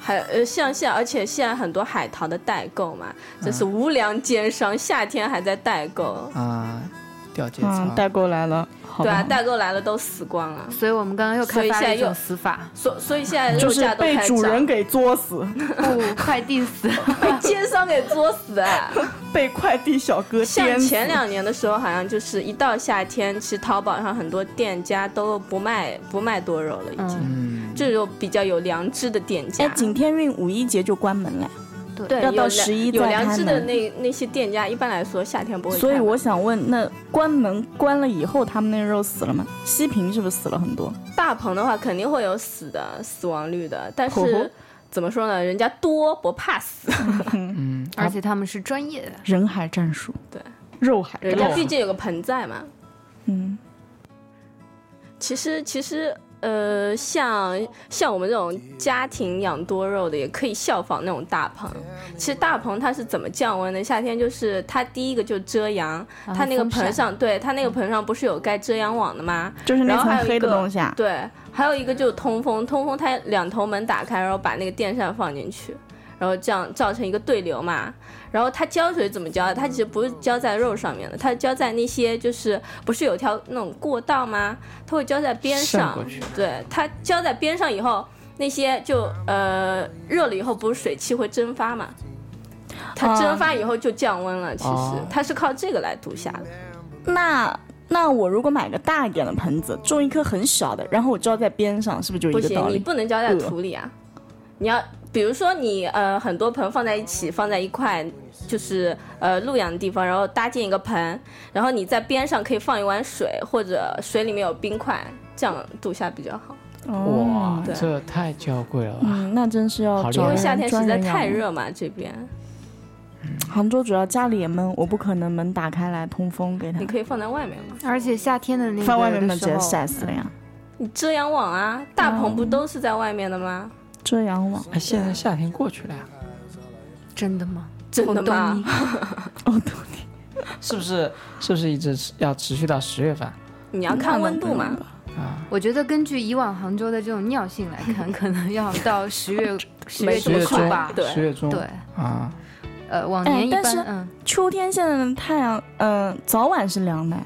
还呃，像现在，而且现在很多海淘的代购嘛，真是无良奸商，夏天还在代购，
啊，掉节操
嗯，。代购来了，好
对
吧
啊，代购来了都死光了，
所以我们刚刚又
所
开
以
发
现
了
在
一种
又
死法，
所所以现在
就
肉
是
价都
被
开
主 (laughs) 人
涨，
给作死，
不哦快递死。
(laughs) 被奸商给作死啊！
被快递小哥
像
颠死。
前两年的时候，好像就是一到夏天，其实淘宝上很多店家都不卖不卖多肉了，已经，
嗯，
嗯，
就有比较有良知的店家。
哎，景天运五一节就关门了，
对，
要
有
到
良
11
有
再
良
开
知的
门
那那些店家，一般来说夏天不会开门。
所以我想问，那关门关了以后，他们那肉死了吗？西平是不是死了很多？
大棚的话肯定会有死的死亡率的，但
吼吼
是怎么说呢？人家多不怕
(laughs)
死，
嗯
而且他们是专业的，
人海战术，
对，
肉海
人
战
家
术，
毕竟有个盆在嘛。
嗯，
其实其实呃，像像我们这种家庭养多肉的，也可以效仿那种大棚。其实大棚它是怎么降温的？夏天就是它第一个就遮阳，
然后
它那个
啊风扇嗯
盆上对它那个盆上不是有盖遮阳网的吗？
就是那
然后
层
还有一
黑的
个
东西啊，
对，还有一个就是通风，通风它两头门打开，然后把那个电扇放进去，然后这样造成一个对流嘛。然后它浇水怎么浇？它其实不是浇在肉上面的，它浇在那些就是不是有条那种过道吗？它会浇在边
渗
上
过，去。
对，它浇在边上以后，那些就呃热了以后，不是水汽会蒸发嘛？它蒸发以后就降温了，其实
啊
哦
它是靠这个来度夏的。
那。那我如果买个大一点的盆子，种一棵很小的，然后我浇在边上，是不是就
不
一个道
行，你
理？
不能浇在土里啊！你要比如说你呃很多盆放在一起，放在一块就是呃露养的地方，然后搭建一个盆，然后你在边上可以放一碗水，或者水里面有冰块，这样度夏比较好。
哇
哦，，
对
这太娇贵了吧！
嗯，那真是
好
要
厉害
因为
找人
夏天实
专
在
人养
太
了
热嘛，这边
杭州主要家里也闷，我不可能门打开来通风给他
你，可以放在外面嘛，
而且夏天的那个
放外面
有
嘛
的
直
时
接
候
晒死了呀。
你遮阳网啊，大棚不都是在外面的吗？
遮阳网，
哎，现在夏天过去了呀，
真的吗？
哦
真的
我懂
吗
你？
是不是？是不是一直持要持续到十月份
你要看温度嘛
那，
啊？
(laughs)
我觉得根据以往杭州的这种尿性来看，可能要到十月十
没
月
这
十
么
月
初
快
中
吧，
对
十月中
对，
啊，
呃，往
哎
年一
但
般
是
嗯，
秋天现在的太阳，嗯、早晚是凉的。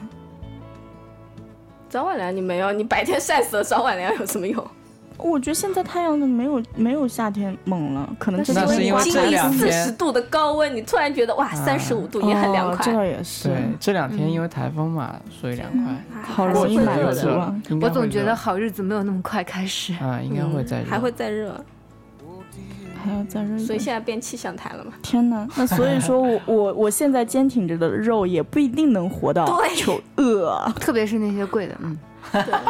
早晚凉你没有，你白天晒死了，早晚凉有什么用？
我觉得现在太阳的没有没有夏天猛了，可能
(laughs)
这
那
是
是因为
光
这
经历
两
四
天
十度的高温，你突然觉得哇，
啊
三十五度也很凉
哦
快
这，儿也是
对，，这两天
嗯
因为台风嘛，所以凉快。
哎
好
还是
容易
会
满
热
足
的
啊
应该
我
会
总觉
热
得好日子没有那么快开
(laughs)
始。
啊，应该会
嗯
再热，
还会再热，
还要再热一点。
所以现在变气象台了嘛。
天哪，那所以
(laughs)
说我我我现在坚挺着的肉也不一定能活
哦
到
对
秋饿。
特别是那些贵的，嗯，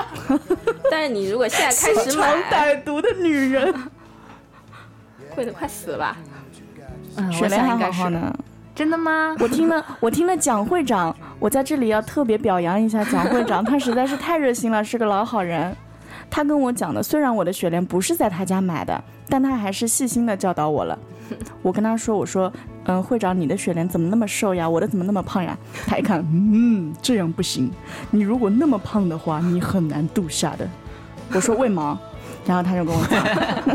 (laughs) 但是你如果现在开始
心 (laughs) 肠
买，
歹毒的女人，
贵的快死了吧？
嗯，
雪
我
莲
想应
还
该
好
是
好呢。
真的吗？
我听了，我听了蒋会长，我在这里要特别表扬一下蒋会长，他实在是太热心了，是个老好人。他跟我讲的，虽然我的雪莲不是在他家买的，但他还是细心的教导我了。我跟他说，我说，嗯，会长，你的雪莲怎么那么瘦呀？我的怎么那么胖呀？他一看，嗯，这样不行，你如果那么胖的话，你很难度下的。我说为毛？然后他就跟我讲，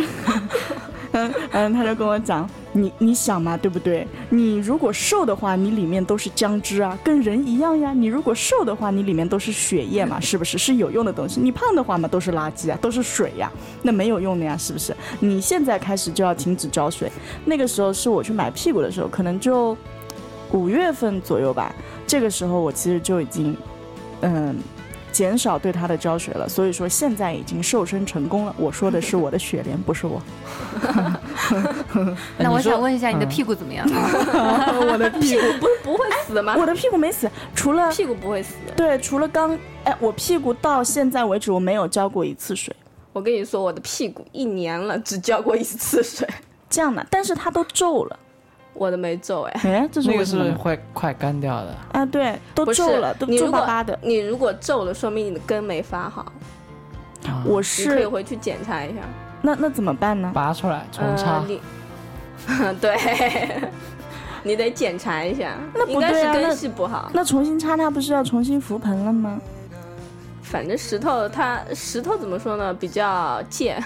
嗯嗯，他就跟我讲，你你想嘛，对不对？你如果瘦的话，你里面都是浆汁啊，跟人一样呀。你如果瘦的话，你里面都是血液嘛，是不是？是有用的东西。你胖的话嘛，都是垃圾啊，都是水呀，那没有用的呀，是不是？你现在开始就要停止浇水。那个时候是我去买屁股的时候，可能就五月份左右吧。这个时候我其实就已经，嗯。减少对它的浇水了，所以说现在已经瘦身成功了。我说的是我的雪莲，不是我。
哎
那
你
我
说
想问一下，你的
嗯
屁股怎
(laughs)
么样？
我的屁股，
不不会死的吗？
我的屁股没死，除了
屁股不会死。
对，除了刚，哎，我屁股到现在为止我没有浇过一次水，
我跟你说，我的屁股一年了只浇过一次水，
这样的，但是它都
(laughs)
皱了，
我的没皱哎。
哎，这是
那
为
个
什么
是
呢？
会快干掉的。
啊，对，都
不是
皱了，都
你
皱
如果
巴巴的。
你如果皱了，说明你的根没发好，
啊
我
你可以
是
回去检查一下。
那那怎么办呢？
拔出来重插
呃，，你呃 (laughs) 对，你得检查一下，
那不
应该
对啊
是
那
根系不好。
那重新插它不是要重新扶盆了吗？
反正石头它石头怎么说呢，比较贱，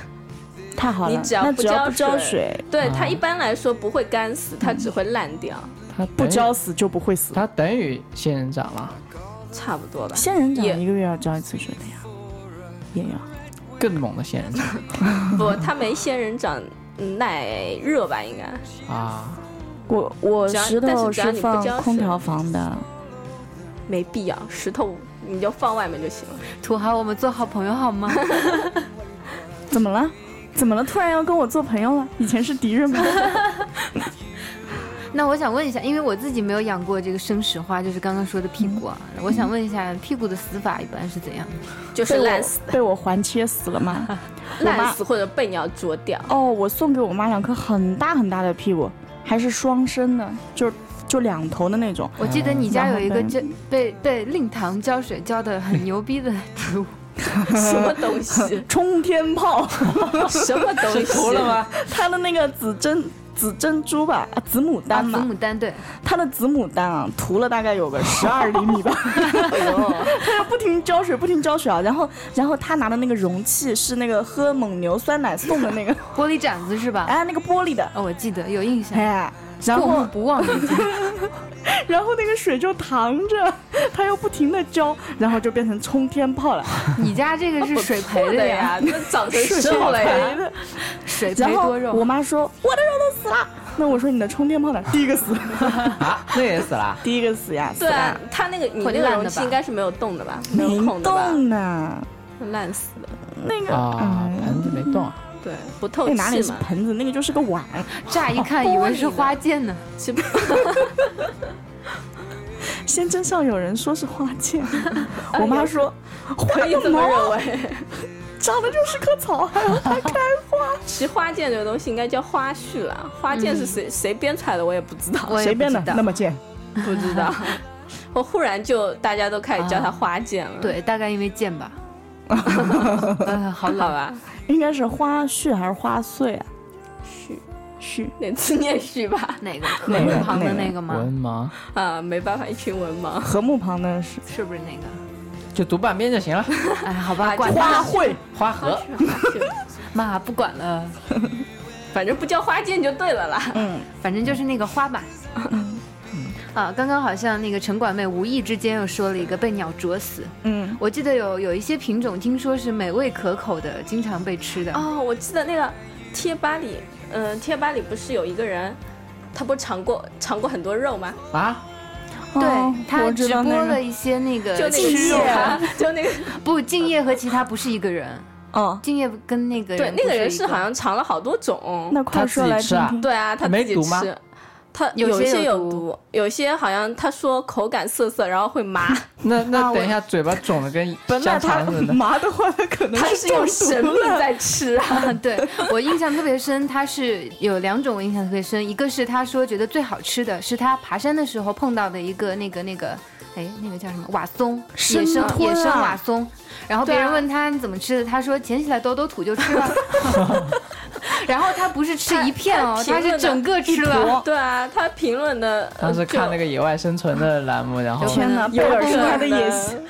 太好了，
你只要
那
不
只
浇
要不浇
水哎
水，
对、
啊
它一般来说不会干死，它只会烂掉，
它
不
等于
浇，死就不会死。
它等于仙人掌了，
差不
(laughs)
多吧。
仙人掌
也
一个月要浇一次水的呀，也要
更猛的仙人掌
不，它没仙人掌嗯耐热吧，应该。
啊！
我我
只要
石
但是
头
只要你不
放
浇
空
水
调房的，
没必要，石头你就放外面就行了。
土豪，我们做好朋友好
(laughs)
吗？
怎么了？怎么了？突然要跟我做朋友了？以前是敌人吗？
那我想问一下，因为我自己没有养过这个生石花，就是刚刚说的屁股
嗯
啊，我想问一下，屁股的死法一般是怎样？
就是
被我
烂死，
被我环切死了吗？我妈
烂死或者被鸟啄掉。
哦，我送给我妈两颗很大很大的屁股，还是双生的，就就两头的那种。
我记得你家有一个
嗯？
这被被令堂浇水浇的很牛逼的植物，
什么东西
(laughs) 冲天炮，
什么东西？
投了吗？
它的那个紫珍紫珍珠吧，啊紫牡
啊
(laughs) 丹
紫
吧，
牡丹对，
它的紫牡丹啊，涂了大概有个十二厘米吧，
哎呦，
它要不停浇水，不停浇水啊。然后，然后他拿的那个容器是那个喝蒙牛酸奶送的那个，
玻璃盏子是吧？
哎，那个玻璃的，
哦，我记得有印象，
哎，然
过目
后
不忘已经。
然后那个水就淌着， (laughs) 它又不停的浇，然后就变成冲天炮了，
你家这个是水培
对
的
(laughs)
的
呀，
呀，那长成
水
瘦了
培
呀。
的。
水
然
培
后
多
我
肉。
妈说我的肉都死了，那我说你的充电炮呢？第一个死，
啊，那也死了。
第一个死呀，死
对啊
了，，
它那个你
会
那个
烂的
容器
吧
应该是没有动的吧？没
没
有孔的吧？
动呢，
烂死的。
那个
啊
嗯
哎，
盆子没动啊，
对，不透
那
气
哪里是
嘛。
盆子，那个就是个碗，
乍一看以为是花剑
(laughs)
呢，
是吧
仙真上有人说是花剑，我妈说花
可以
个
这么 (laughs) 认
毛，
为。
长得就是棵草，还有
其实花剑这个东西应该叫花絮啦，花剑是谁谁编出来的我也不知道，
我也
随
不
便的
知道
那么贱，
(laughs) 不知道。我忽然就大家都开始叫它花剑
嗯
了。，
对，大概因为剑
(laughs)
吧。呃，好
好
冷，
吧，
应该是花絮还是花穗啊？
絮
絮
哪次念絮吧？
哪个
哪
河
个
路旁的
哪个
那个吗？
文盲
啊，没办法，一群文盲。
禾木旁的是
是不是那个？
就读半边就行了。
哎，好吧，
啊
管
花
他
花卉，
花河
是吧是
妈不管了。
反正不叫花间就对了啦。
嗯，
反正就是那个花吧。啊，刚刚好像那个城管妹无意之间又说了一个被鸟啄死。
嗯，
我记得有有一些品种，听说是美味可口的，经常被吃的。
哦，我记得那个贴吧里，呃，贴吧里不是有一个人，他不是尝过尝过很多肉吗？
啊，
哦
对他
我
直
知道
播
那个
了一些那个
就那个
吃肉，
啊，就那个
不，敬业和其他不是一个人，
哦，
敬业跟那个
对，
人
那
不
个
是
人
一
是好像尝了好多种。
那快
他
说
自己
来
吃
听
啊
听。
对啊，他
没
自己
毒吗
吃。他
有些
些
有
有
毒，
有些好像他说口感涩涩，然后会
(laughs)
麻。
那
啊
那
我
等一下，嘴巴肿的跟香肠似的。
麻的话，他可能
他是用生命在吃啊。
啊， (laughs) 对我印象特别深，他是有两种我印象特别深，一个是他说觉得最好吃的是他爬山的时候碰到的一个那个那个，哎，那个叫什么瓦松，野
生
生、
吞
野生
啊
瓦松。然后别
对
人
啊
问他你怎么吃的，他说捡起来抖抖土就吃
(laughs)
了。然后他不是吃一片哦，
他
他
他评
是
论
整个吃了。
对啊，他评论的呃
当时看那个野外生存的栏
(laughs)
目，然后
就
(laughs) 天哪，
就
贝
有啊
尔是
可
他的野
能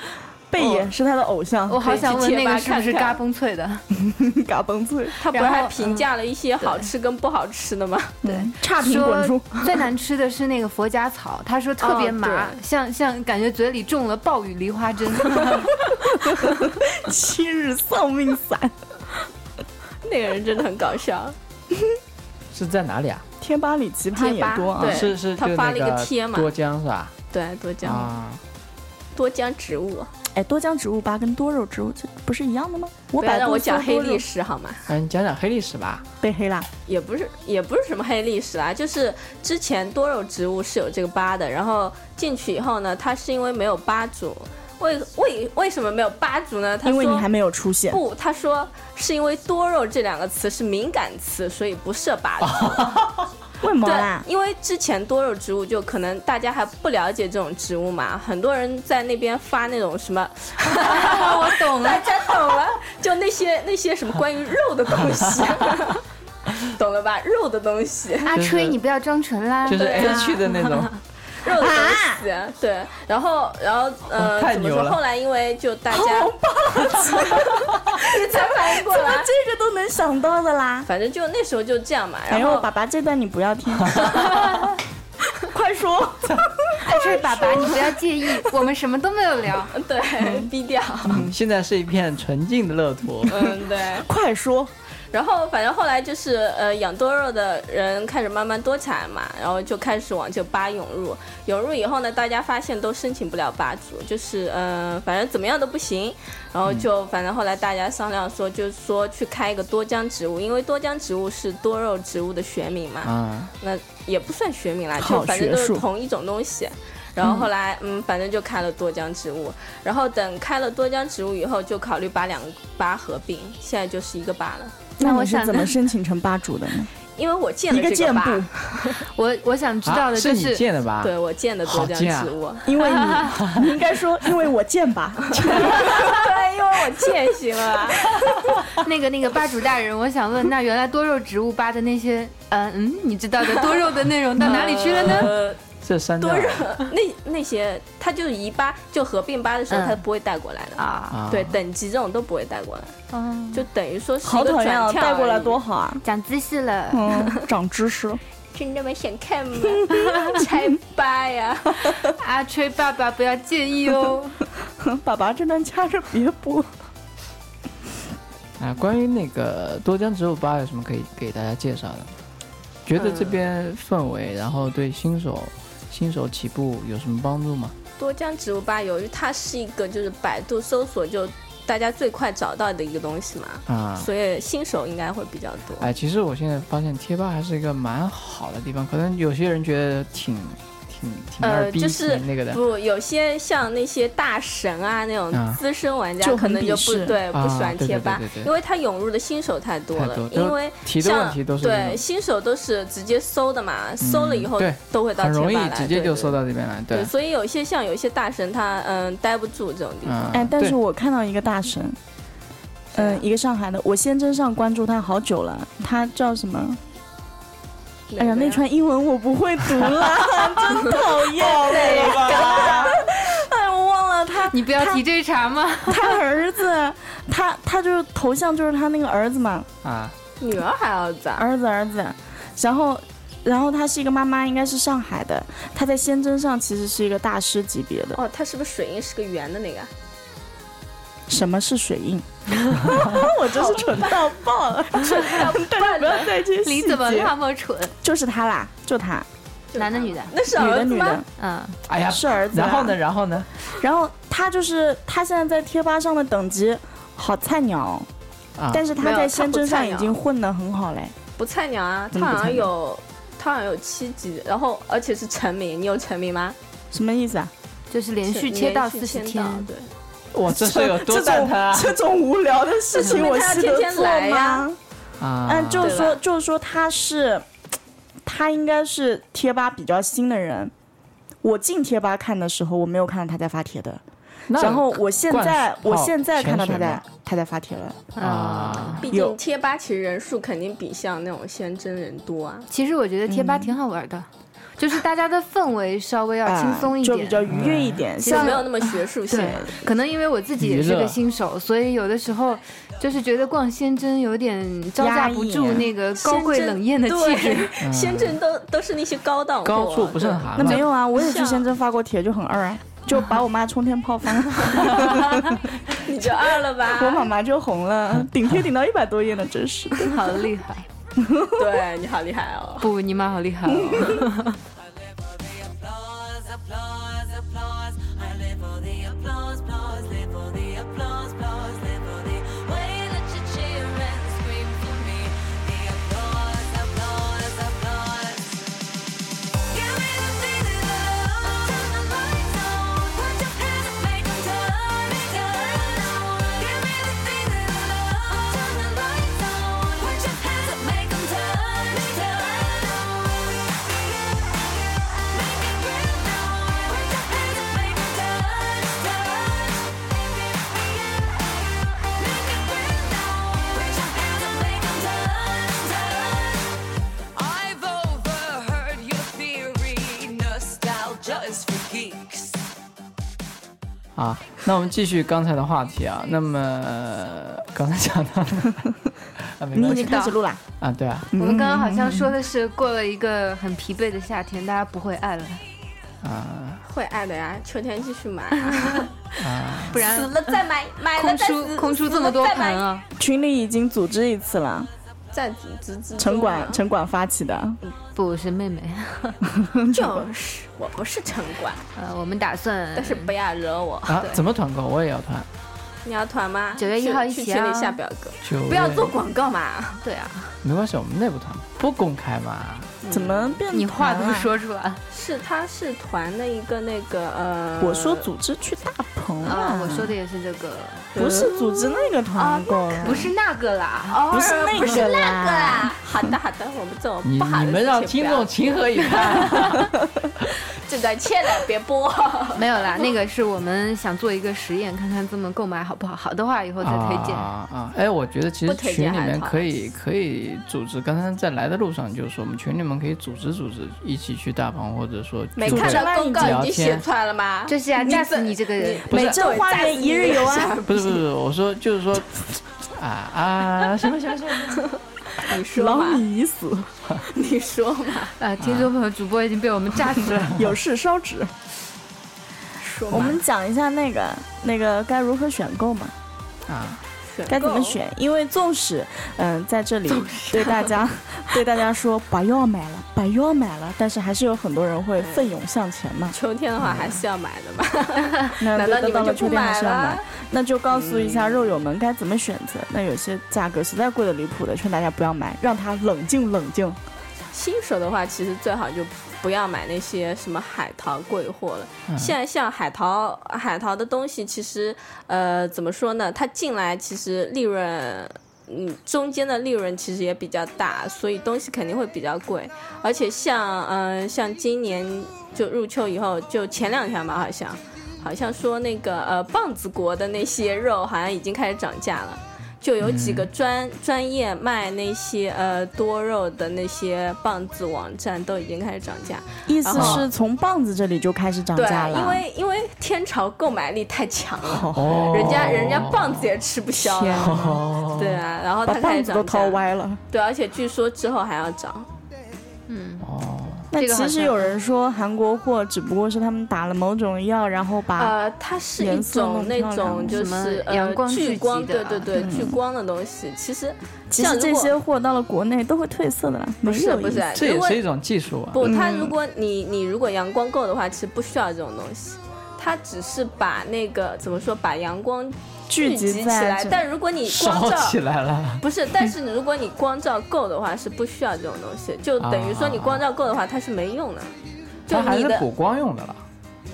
贝爷是他的偶像，
我好想问那个是不是
可以去贴吧看看
嘎嘣脆的？
(laughs) 嘎嘣脆，
他不是
然后
还
嗯
评价了一些好吃跟不好吃的吗？ (laughs)
对，差评
说
滚出。
(laughs) 最难吃的是那个佛甲草，他说特别
哦
麻，
对
像像感觉嘴里中了暴雨梨花针。
七日丧命散，
那个人真的很搞笑。
是在哪里啊？
(laughs) 贴吧里奇葩也多啊
贴吧。对
是是
他
就那
发了一个贴嘛嗯
多浆是吧？
对，多浆、
啊，
多浆植物，
哎，多浆植物吧跟多肉植物这不是一样的吗？我
不要
百
啊让
度
我讲
搜
黑
多肉
历史好吗？
哎，你讲讲黑历史吧。
被黑啦。
也不是也不是什么黑历史啦，就是之前多肉植物是有这个吧的，然后进去以后呢，它是因为没有吧主，为为为什么没有吧主呢？他
因为你
说
还没有出现。
不，他说是因为多肉这两个词是敏感词，所以不设吧主。
为毛
对
啦，？
因为之前多肉植物就可能大家还不了解这种植物嘛，很多人在那边发那种什
(laughs)
么， (laughs)
我懂了
大，家懂了，就那些那些什么关于肉的东
(laughs)
西，懂了吧？肉的东西，
阿
就是
吹，你不要装纯啦。
就是
对啊
A 区的那
(laughs)
种，
肉的东西，
啊
对。然后，然后，呃，
哦太
怎么
牛
说？
了
后来因为就大
(laughs)
家，
啊
(laughs) 你才反应过
怎么
来。
这个都能想到的啦？
反正就那时候就这样嘛，
哎
然
呦，
后
爸爸这段你不要 (laughs) 听，快 (laughs) 说。哎
阿吹爸爸，你不要介意，我们什么都没有聊。
(laughs) 对低调，。
嗯现在是一片纯净的乐土
(laughs) 嗯对，
快说，
然后反正后来就是呃养多肉的人开始慢慢多起来嘛，然后就开始往这个吧涌入，涌入以后呢，大家发现都申请不了吧主，就是呃反正怎么样都不行，然后就反正后来大家商量说，就是说去开一个多浆植物，因为多浆植物是多肉植物的学名嘛，
啊，
那也不算学名啦，就
好
反正
学
都是
术
同一种东西。然后后来，嗯，反正就开了多浆植物。然后等开了多浆植物以后，就考虑把两个吧合并，现在就是一个吧了。
那
那
我
你是
想
怎么
呢
申请成吧主的 (laughs) 呢？
因为我建
一
了
个
这
箭
个吧，
步，
我我想知道
啊
的
是
就
你
是，
建的吧？
对我建的多
好贱
浆
啊
植 (laughs) 物，
因为 (laughs) 你，你应该说，因为我贱 (laughs) 吧。
对，因为哎我践行了吧。
那个那个吧主大人，我想问，那原来多肉植物吧的那些，嗯嗯，你知道的多肉的内容到 (laughs) 哪里去了
(laughs)
呢？
呃，
这删掉
多
了
肉那那些，它就是移吧，就合并吧的时候，
嗯
它不会带过来的。
啊，
啊，
(laughs) 对，等级这种都不会带过来，
嗯，
就等于说是一
好
个
讨
转
厌啊！
跳
带过来
而已
多好啊！
讲知识了。
嗯，长知识。 (laughs)
真的吗？想看吗？ (laughs) 啊拆吧呀！
阿吹爸爸不要介意哦。
爸爸这段掐着别播。
啊，关于那个多江植物吧有什么可以给大家介绍的吗？觉得这边氛围，然后对新手新手起步有什么帮助吗？
(laughs) 多江植物吧，由于它是一个就是百度搜索就大家最快找到的一个东西嘛，
啊，
所以新手应该会比较多。
哎，其实我现在发现贴吧还是一个蛮好的地方，可能有些人觉得挺挺挺
呃
二逼、
就是
挺那个的，
不，有些像那些大神啊那种
啊
资深玩家，
就
可
很
能就不
鄙视
对不
啊
喜欢
对对
贴吧
对对，对
因为他涌入的新手太多
太
了
多，都
因为
提的
像
问题都是那
对
种嗯
新手都是直接搜的嘛，搜了以后
对
都会到
很
贴吧
容易
来，
直接
对
就
对
搜到这边来。
对，所以有些像有些大神他嗯待不住这种地
嗯，
方，
哎，但
对
是我看到一个大神，嗯，一个上海的，我先真上关注他好久了，他叫什么？哎呀，那
串
串英文我不会读 (laughs) 了，真讨厌。哎，我忘了他，
你不要提这
(laughs)
茬嘛。
他儿子，他他就是头像就是他那个儿子嘛，
啊，
女儿还儿子啊？
儿子儿子，然后然后她是一个妈妈，应该是上海的，她在仙针上其实是一个大师级别的。
哦，他是不是水印是个圆的那个？
什么是水印？ (laughs) 我真是蠢到爆了，大家不要再
(laughs)
去
你怎么那么蠢？
就是他啦，就他，
男的女的？
那是
女
儿
的
子
女的
吗？，
嗯，
哎呀，
是儿子。
然后呢，？然后呢？
然后他就是他现在在贴吧上的等级好菜鸟哦，
啊，
但是他
没有
在
他
仙
不
针
菜
上已
鸟
经混得很好嘞。
不菜鸟啊，
嗯
他好
不菜
像
鸟
有，他好像有七级，然后而且是成名，你有成名吗？
什么意思啊？
就是连续
是
切到
连续
四十天
签到，对，
我这是有多蛋疼啊！
这种无聊的事
说明他要天天来呀？
啊，
嗯，就是
对
说，
吧
就是说他是，他应该是贴吧比较新的人。我进贴吧看的时候，我没有看到他在发帖的。
那
然后我现
灌
在，
水
我
泡
现在看到
潜
他
水
在
吗
他在发帖了。
啊，
毕
有
竟贴吧其实人数肯定比像那种仙真人多啊。
其实我觉得贴吧挺好玩的，就是大家的氛围稍微要
嗯啊
轻松一
就比
点。
较愉悦一点。
就
像
没有那么学术性啊
对，可能因为我自己也是
娱乐
个新手，所以有的时候就是觉得逛仙真有点招架不
压
住
抑啊
那个高贵冷艳的气 (laughs) 质。
对，仙真都都是那些高档货
高处不胜寒
那
嘛
没有啊，我也去
像
深圳发过帖，就很二啊，就把我妈冲天炮翻了，？
对你就二了吧
(laughs)
我妈妈就红了，顶贴顶到一百多页呢，真是的。
好厉害！
对你好厉害
(laughs)
哦。
不，你妈好厉害哦！
(laughs)
applause, applause, applause. I live for the applause, applause, live for the applause, applause, live for the way that you cheer and scream for me. The applause, applause, applause. Give me the feeling of turn the lights on, put your hands up, make 'em turn it down. Give me the feeling of turn the lights on, put your hands up, make 'em turn it down. I've overheard your theory, nostalgia is for geeks.
啊，那我们继续刚才的话题啊。那么呃刚才讲到哪啊，
(laughs)
没
你已
关系
经开始录了，
啊，对啊，
嗯
我们刚刚好像说的是过了一个很疲惫的夏天，大家不会爱了，
啊
会爱的呀，秋天继续买啊，
(laughs)
啊，
不然
死了再买，买了
空
再死，
出空出这么多
死了再
盆
买，
啊！
群里已经组织一次了，
再组织之
城管城管发起的，
不是妹妹，
就是我不是城管，
呃，我们打算
但是不要惹我。
啊
对，
怎么团购？我也要团，
你要团吗？
9月1
去
号一
去
起
群
啊
里下表格，
就
不要做广告嘛。
对啊，
没关系，我们内部团不公开嘛。
怎么变？啊
你话
啊
都，说出来
是他是团的一个那个呃，
我说组织去大棚
啊！我说的也是这个，
不是组织那个团购了，
不是那个啦，
哦
不是那
不是
个
那
啦
个啦。好的好的，我们这种
你
不好的
你们让
事情
听
不要
众情何以
(laughs)
堪？
这段切了别
(laughs)
播。
没有啦，那个是我们想做一个实验，看看这么购买好不好，好的话以后再推荐。
啊啊！哎，我觉得其实
不推
群
荐
里
还
面
好
可以可以组织，刚才在来的路上就说我们群里面可以组织组织，一起去大棚或者说
没
聚
看
看
会
到
到公
公告
告
已经
已经
写
写
出
出来了吗？
就是啊，
你
架死
这
你这个人，
不是
每周花园一日游啊，
不是不是，我说就是
(laughs)
说啊啊，行吧行吧行吧，
你说
老
嘛，
米已死，
你说嘛，
啊，听众朋友，主播已经被我们炸死了。
有事烧纸。
说
我们讲一下那个那个该如何选购嘛，
啊，
该怎么？选？因为纵使嗯、在这里对大家对大家说不要买了，不要买了，但是还是有很多人会奋勇向前嘛。
秋天的话还是要买的嘛，
那
(laughs) 难道
对
你
嗯到
们
了
就
秋
不
天还
买
是要买
了？？
那就告诉一下肉友们该怎么选择。那有些价格实在贵的离谱的，劝大家不要买，让他冷静冷静。
新手的话，其实最好就不要买那些什么海淘贵货了。现在像海淘海淘的东西，其实呃怎么说呢？它进来其实利润。嗯，中间的利润其实也比较大，所以东西肯定会比较贵。而且像嗯、呃像今年就入秋以后，就前两天吧，好像好像说那个呃棒子国的那些肉好像已经开始涨价了。就有几个专、专业卖那些呃多肉的那些棒子网站都已经开始涨价，
意思
然后
是从棒子这里就开始涨
对
价，了，
因为因为天朝购买力太强了，
哦
人家人家棒子也吃不消
天
了，
哪
哦，
对啊，然然后
把
它开
棒
始
子
涨
都掏
价
歪了。
对，而且据说之后还要涨。
嗯，
哦，
那
这个好
其实
像
有人说韩国货只不过是他们打了某种药，然后把
呃，它是一
啊颜色
种
弄
那
漂亮
种就
什么
是呃
阳光聚
聚
集
光，对
的
对对，聚光的东西。其实
嗯其
像
实
如
这
果
些货到了国内都会褪色的啦，
不
没
是
有
不
意
是
思，
这
如
也
果
是一种技术啊。
嗯
不，它如果你你如果阳光够的话，其实不需要这种东西。它只是把那个怎么说，把阳光聚
聚
集
集
起
在
来。
这
但如果你光
烧
照
起来了，
不是，但是如果你光照够的话，是不需要这种东西。就等于说你光照够的话，它是没用的。就
它还
啊
你
是
的
补光用的了。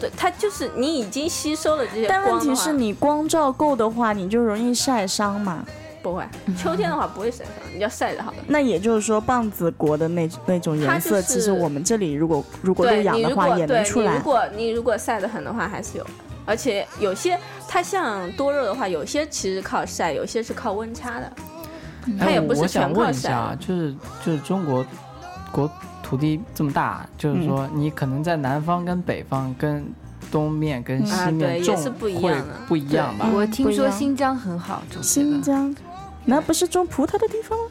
对，它就是你已经吸收了这些光
但
的话。
问题是你光照够的话，你就容易晒伤嘛。
不会，
嗯
秋天的话不会晒伤，你要晒着好的。
那也就是说，棒子国的那那种颜色，
它就是
其实我们这里如果如果
对
露
你
养
如
的
果
话也能
对
出
你
来
如。果你如果晒得很的话，还是有的。而且有些它像多肉的话，有些其实靠晒，有些是靠温差的。它
哎
也
我
不是
我
全
想
靠
问一
晒
下啊，就是就是中国国土地这么大，
嗯
就是说你可能在南方跟北方跟东面跟
嗯
西
啊
面
对
种
也是不一
会
样的
不一样吧？
我
嗯
听
(laughs) 不一
说
样
新疆很好种这
新
个，
疆，那不是种葡萄的地方吗？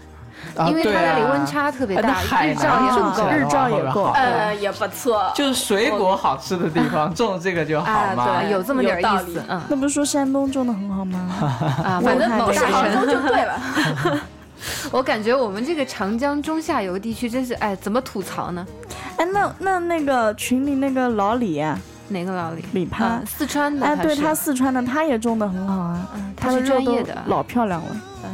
啊
因为它
对
那里
啊
温差特别
啊那
大，
海
日
南
照也
种
很
起
够
来。
日
的话
照
会
也
不会
够
好
呃，也不错。
就是水果好吃的地
(laughs)
方种这个就好
啊
嘛。
对
有这么点儿
有道
意思
理，
嗯
那不是说山东种的很好吗？
啊，
反
反
正
正
我
某
不
看过
是
大
好
神，
种 (laughs) 就对了。
我感觉我们这个长江中下游地区真是，哎，怎么吐槽呢？
哎，那那那个群里那个老李啊
哪个老李？
李
啊
攀，，
四
嗯
川的，
哎，对
是
他，四川的，他也种的很好啊，
嗯，他
他的
是
肉
专
都
业的，
老漂亮了。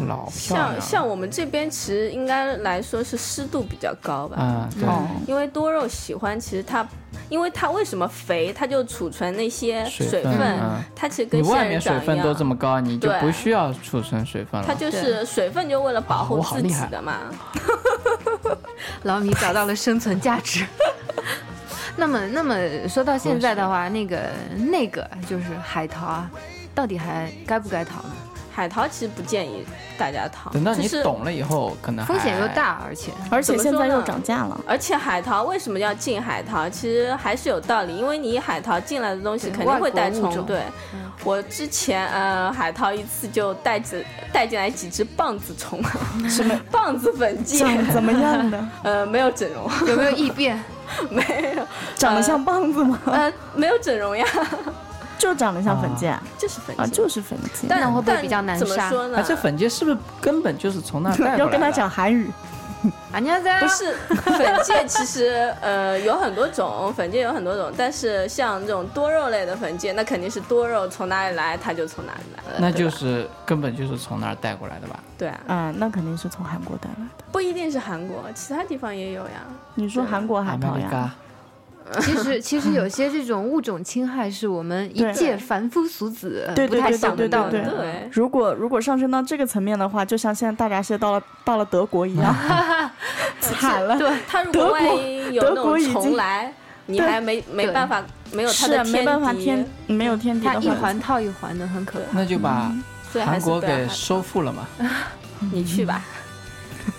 老漂亮
像
了
像我们这边其实应该来说是湿度比较高吧。
嗯对
哦，
因为多肉喜欢，其实它，因为它为什么肥，它就储存那些水啊
分，嗯，
它其实跟
你外
仙
面
人
水
掌一
分都这
样。
么高，你就
对
不需要储存水分了。
它就是水分，就为了保护
哇我好
自
厉
己
害
的嘛。
老米找到了生存价
(laughs)
值。那么，那么说到现在的话，那个那个就是海淘啊，到底还该不该淘呢？
海淘其实不建议大家淘，
等到你
就是
懂了以后，可
哎
能
风险又
还。
大，而
(laughs)
且
而且
怎么
现在
说呢
又涨价
(laughs)
了。
而且海淘为什么要进海淘？其实还是有道理，因为你海淘进来的东西
对
肯定会带
外国物
虫。
种嗯
对，我之前呃海淘一次就带着带进来几只棒子
(laughs)
虫，
什么
棒子粉剂，
长怎么样的？
呃没有整容，
有没有异
(laughs)
变？
没有
长得像棒子吗？ (laughs)
呃 (laughs) 没有整容呀，
就长得像粉剂啊，
就是粉剂。
啊就是粉剂。
但
那会不会
但
比较难
怎么
杀啊
说呢？
哎，这粉剂是不是根本就是从那儿带
(laughs) 要
回
跟
来的
他讲韩语，
안녕하세요
啊
不是粉芥，其实呃有很多种，粉芥有很多种，但是像这种多肉类的粉芥，那肯定是多肉从哪里来，它就从哪里来。
那就是根本就是从那儿带过来的吧？
对啊，
嗯，那肯定是从韩国带来的。
不一定是韩国，其他地方也有呀。
你说韩国海淘呀？
嘎，
其实其实有些这种物种侵害是我们一
对
介凡夫俗子
对
不
对
太
对
想
对
得到
对
的。
对，
如果如果上升到这个层面的话，就像现在大闸蟹到了到了德国
(laughs)
一样，惨了。
对，它如
德
果
国
万一有
德
那
国
种
已经
虫来，你还没没
对
办法，没有它
是
的
啊
天敌，
没办法天没有天敌
它
的
一
话，
环套一环的，很可怕。
那就把
所以嗯还
韩
是
国
不要
给
害
收复了嘛。
你去
(laughs)
吧，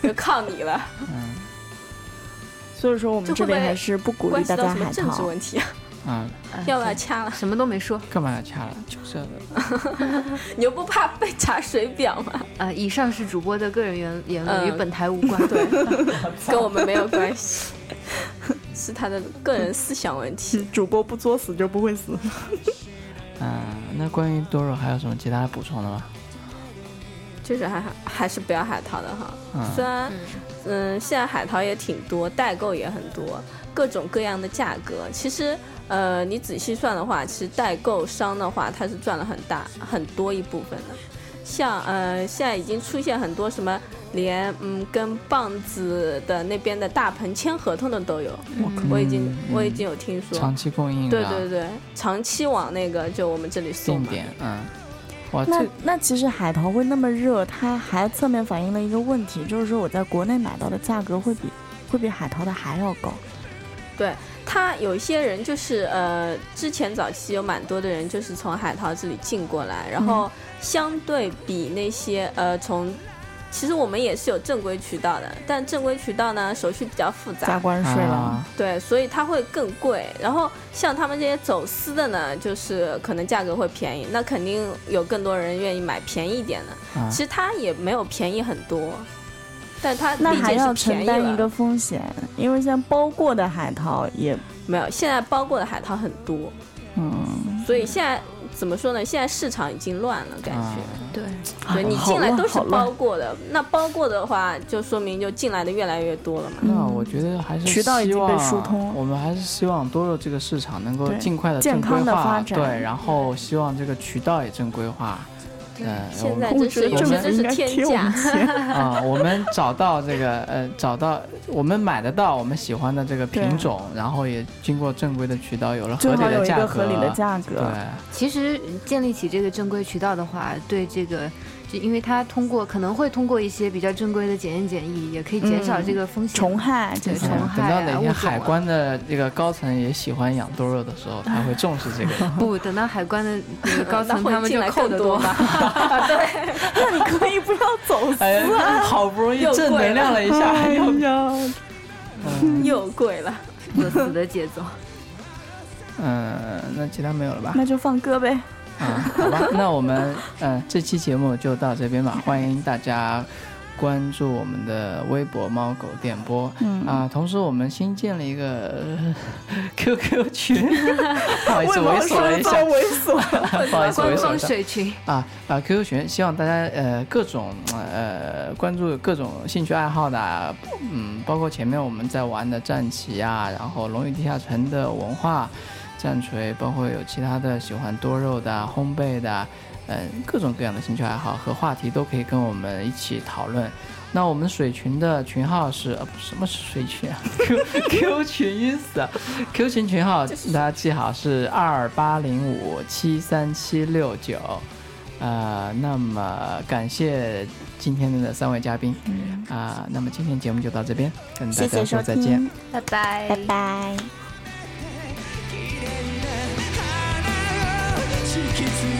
就靠你了。
所以说我们
这
这
会不
边
会
还是不鼓
关
励
系
大
到
家
什么
海
政治
淘。
问题啊？
嗯，
哎
要不要
对
掐了？
什么都没说
干嘛要掐了？就是
你又不怕被查水表
(laughs)
吗？
啊！以上是主播的个人言言论，
嗯
与本台无关。
对，跟我们没有关系，是他的个人思想问题。
主播不作死就不会死。
嗯，那关于多肉还有什么其他补充的吗？
就是还还是不要海淘的哈。
嗯
虽然，嗯，现在海淘也挺多，代购也很多，各种各样的价格。其实，呃，你仔细算的话，其实代购商的话，它是赚了很大很多一部分的。像呃，现在已经出现很多什么连嗯跟棒子的那边的大棚签合同的都有，
我靠
我已经
嗯
我已经有听说，
长期供应的
对对对，长期往那个就我们这里送
定
嘛。
点，嗯，哇，
那
这
那其实海淘会那么热，它还侧面反映了一个问题，就是说我在国内买到的价格会比会比海淘的还要高。
他有一些人就是呃，之前早期有蛮多的人就是
嗯
从海淘这里进过来，然后相对比那些呃从其实我们也是有正规渠道的，但正规渠道呢手续比较复
加
杂，
关税了。
啊
对，所以它会更贵。然后像他们这些走私的呢，就是可能价格会便宜，那肯定有更多人愿意买便宜一点的。
啊
其实它也没有便宜很多，但它
那
毕
还
竟
要
是
承
便宜
担
了。
一个风险，因为像包过的海淘也，
没有，现在包裹的海淘很多，
嗯，
所以现在怎么说呢？现在市场已经乱了，感觉。
啊
对，
对你
好
进来
乱
都是
啊好乱
包过的，那包过的话，就说明就进来的越来越多了嘛。
那我觉得还是
渠道已
希
经被
望
疏通了
我们还是希望多肉这个市场能够
对
尽快的
健
正规
康地
化，
发展
对，然后希望这个渠道也正规化。嗯，我
现
们
在
我
真
觉
是，
得
我
政
觉
府
得这是
应该
天
贴我
价 (laughs)
们。钱
啊、我们找到这个呃，找到我们买得到我们喜欢的这个
对
品种，然后也经过正规的渠道，有了合
最
理
好有
的
一
价格，
个合理的价格。
对，
其实呃建立起这个正规渠道的话，对这个。就因为它通过可能会通过一些比较正规的检验检疫，也可以减少这个风险。
虫害这
对
些
虫
嗯
害
等到
啊
哪
物种
天海
啊
关的这个高层也喜欢养多肉的时候，他会重视这个。
(laughs)
不等到海关的那个高
那
层，
会
他们
进
就
来
扣
更
得
多
吧。
吧？ (laughs)
(laughs) 那你可以不要走私。
哎呀，好不容易
又
正
贵
能量了一下，
(laughs) 哎
又
呀，
嗯
又贵了。
作死的节
(laughs)
奏。
(laughs) 嗯，那其他没有了吧？
那就放歌呗。
嗯，好吧，那我们嗯这期节目就到这边吧，欢迎大家关注我们的微博“猫狗电波”啊、同时我们新建了一个、呃 QQ 群，不好意思，猥琐了一下，
猥 (laughs) 琐。
(laughs) 不好意思，猥
官
琐
方
一下。
水群，
啊啊！QQ 群，希望大家呃各种呃关注各种兴趣爱好的啊，嗯，包括前面我们在玩的战棋啊，然后《龙与地下城》的文化战锤，包括有其他的喜欢多肉的啊、烘焙的啊，嗯、各种各样的兴趣爱好和话题都可以跟我们一起讨论。那我们水群的群号是、呃、什么是水群啊？Q (laughs) Q 群晕死啊！Q 群群号大家记好是二八零五七三七六九。呃，那么感谢今天的三位嘉宾，啊、那么今天节目就到这边，跟大
嗯谢
家
谢
说
收
再见。
听，
拜拜
拜拜。
引き継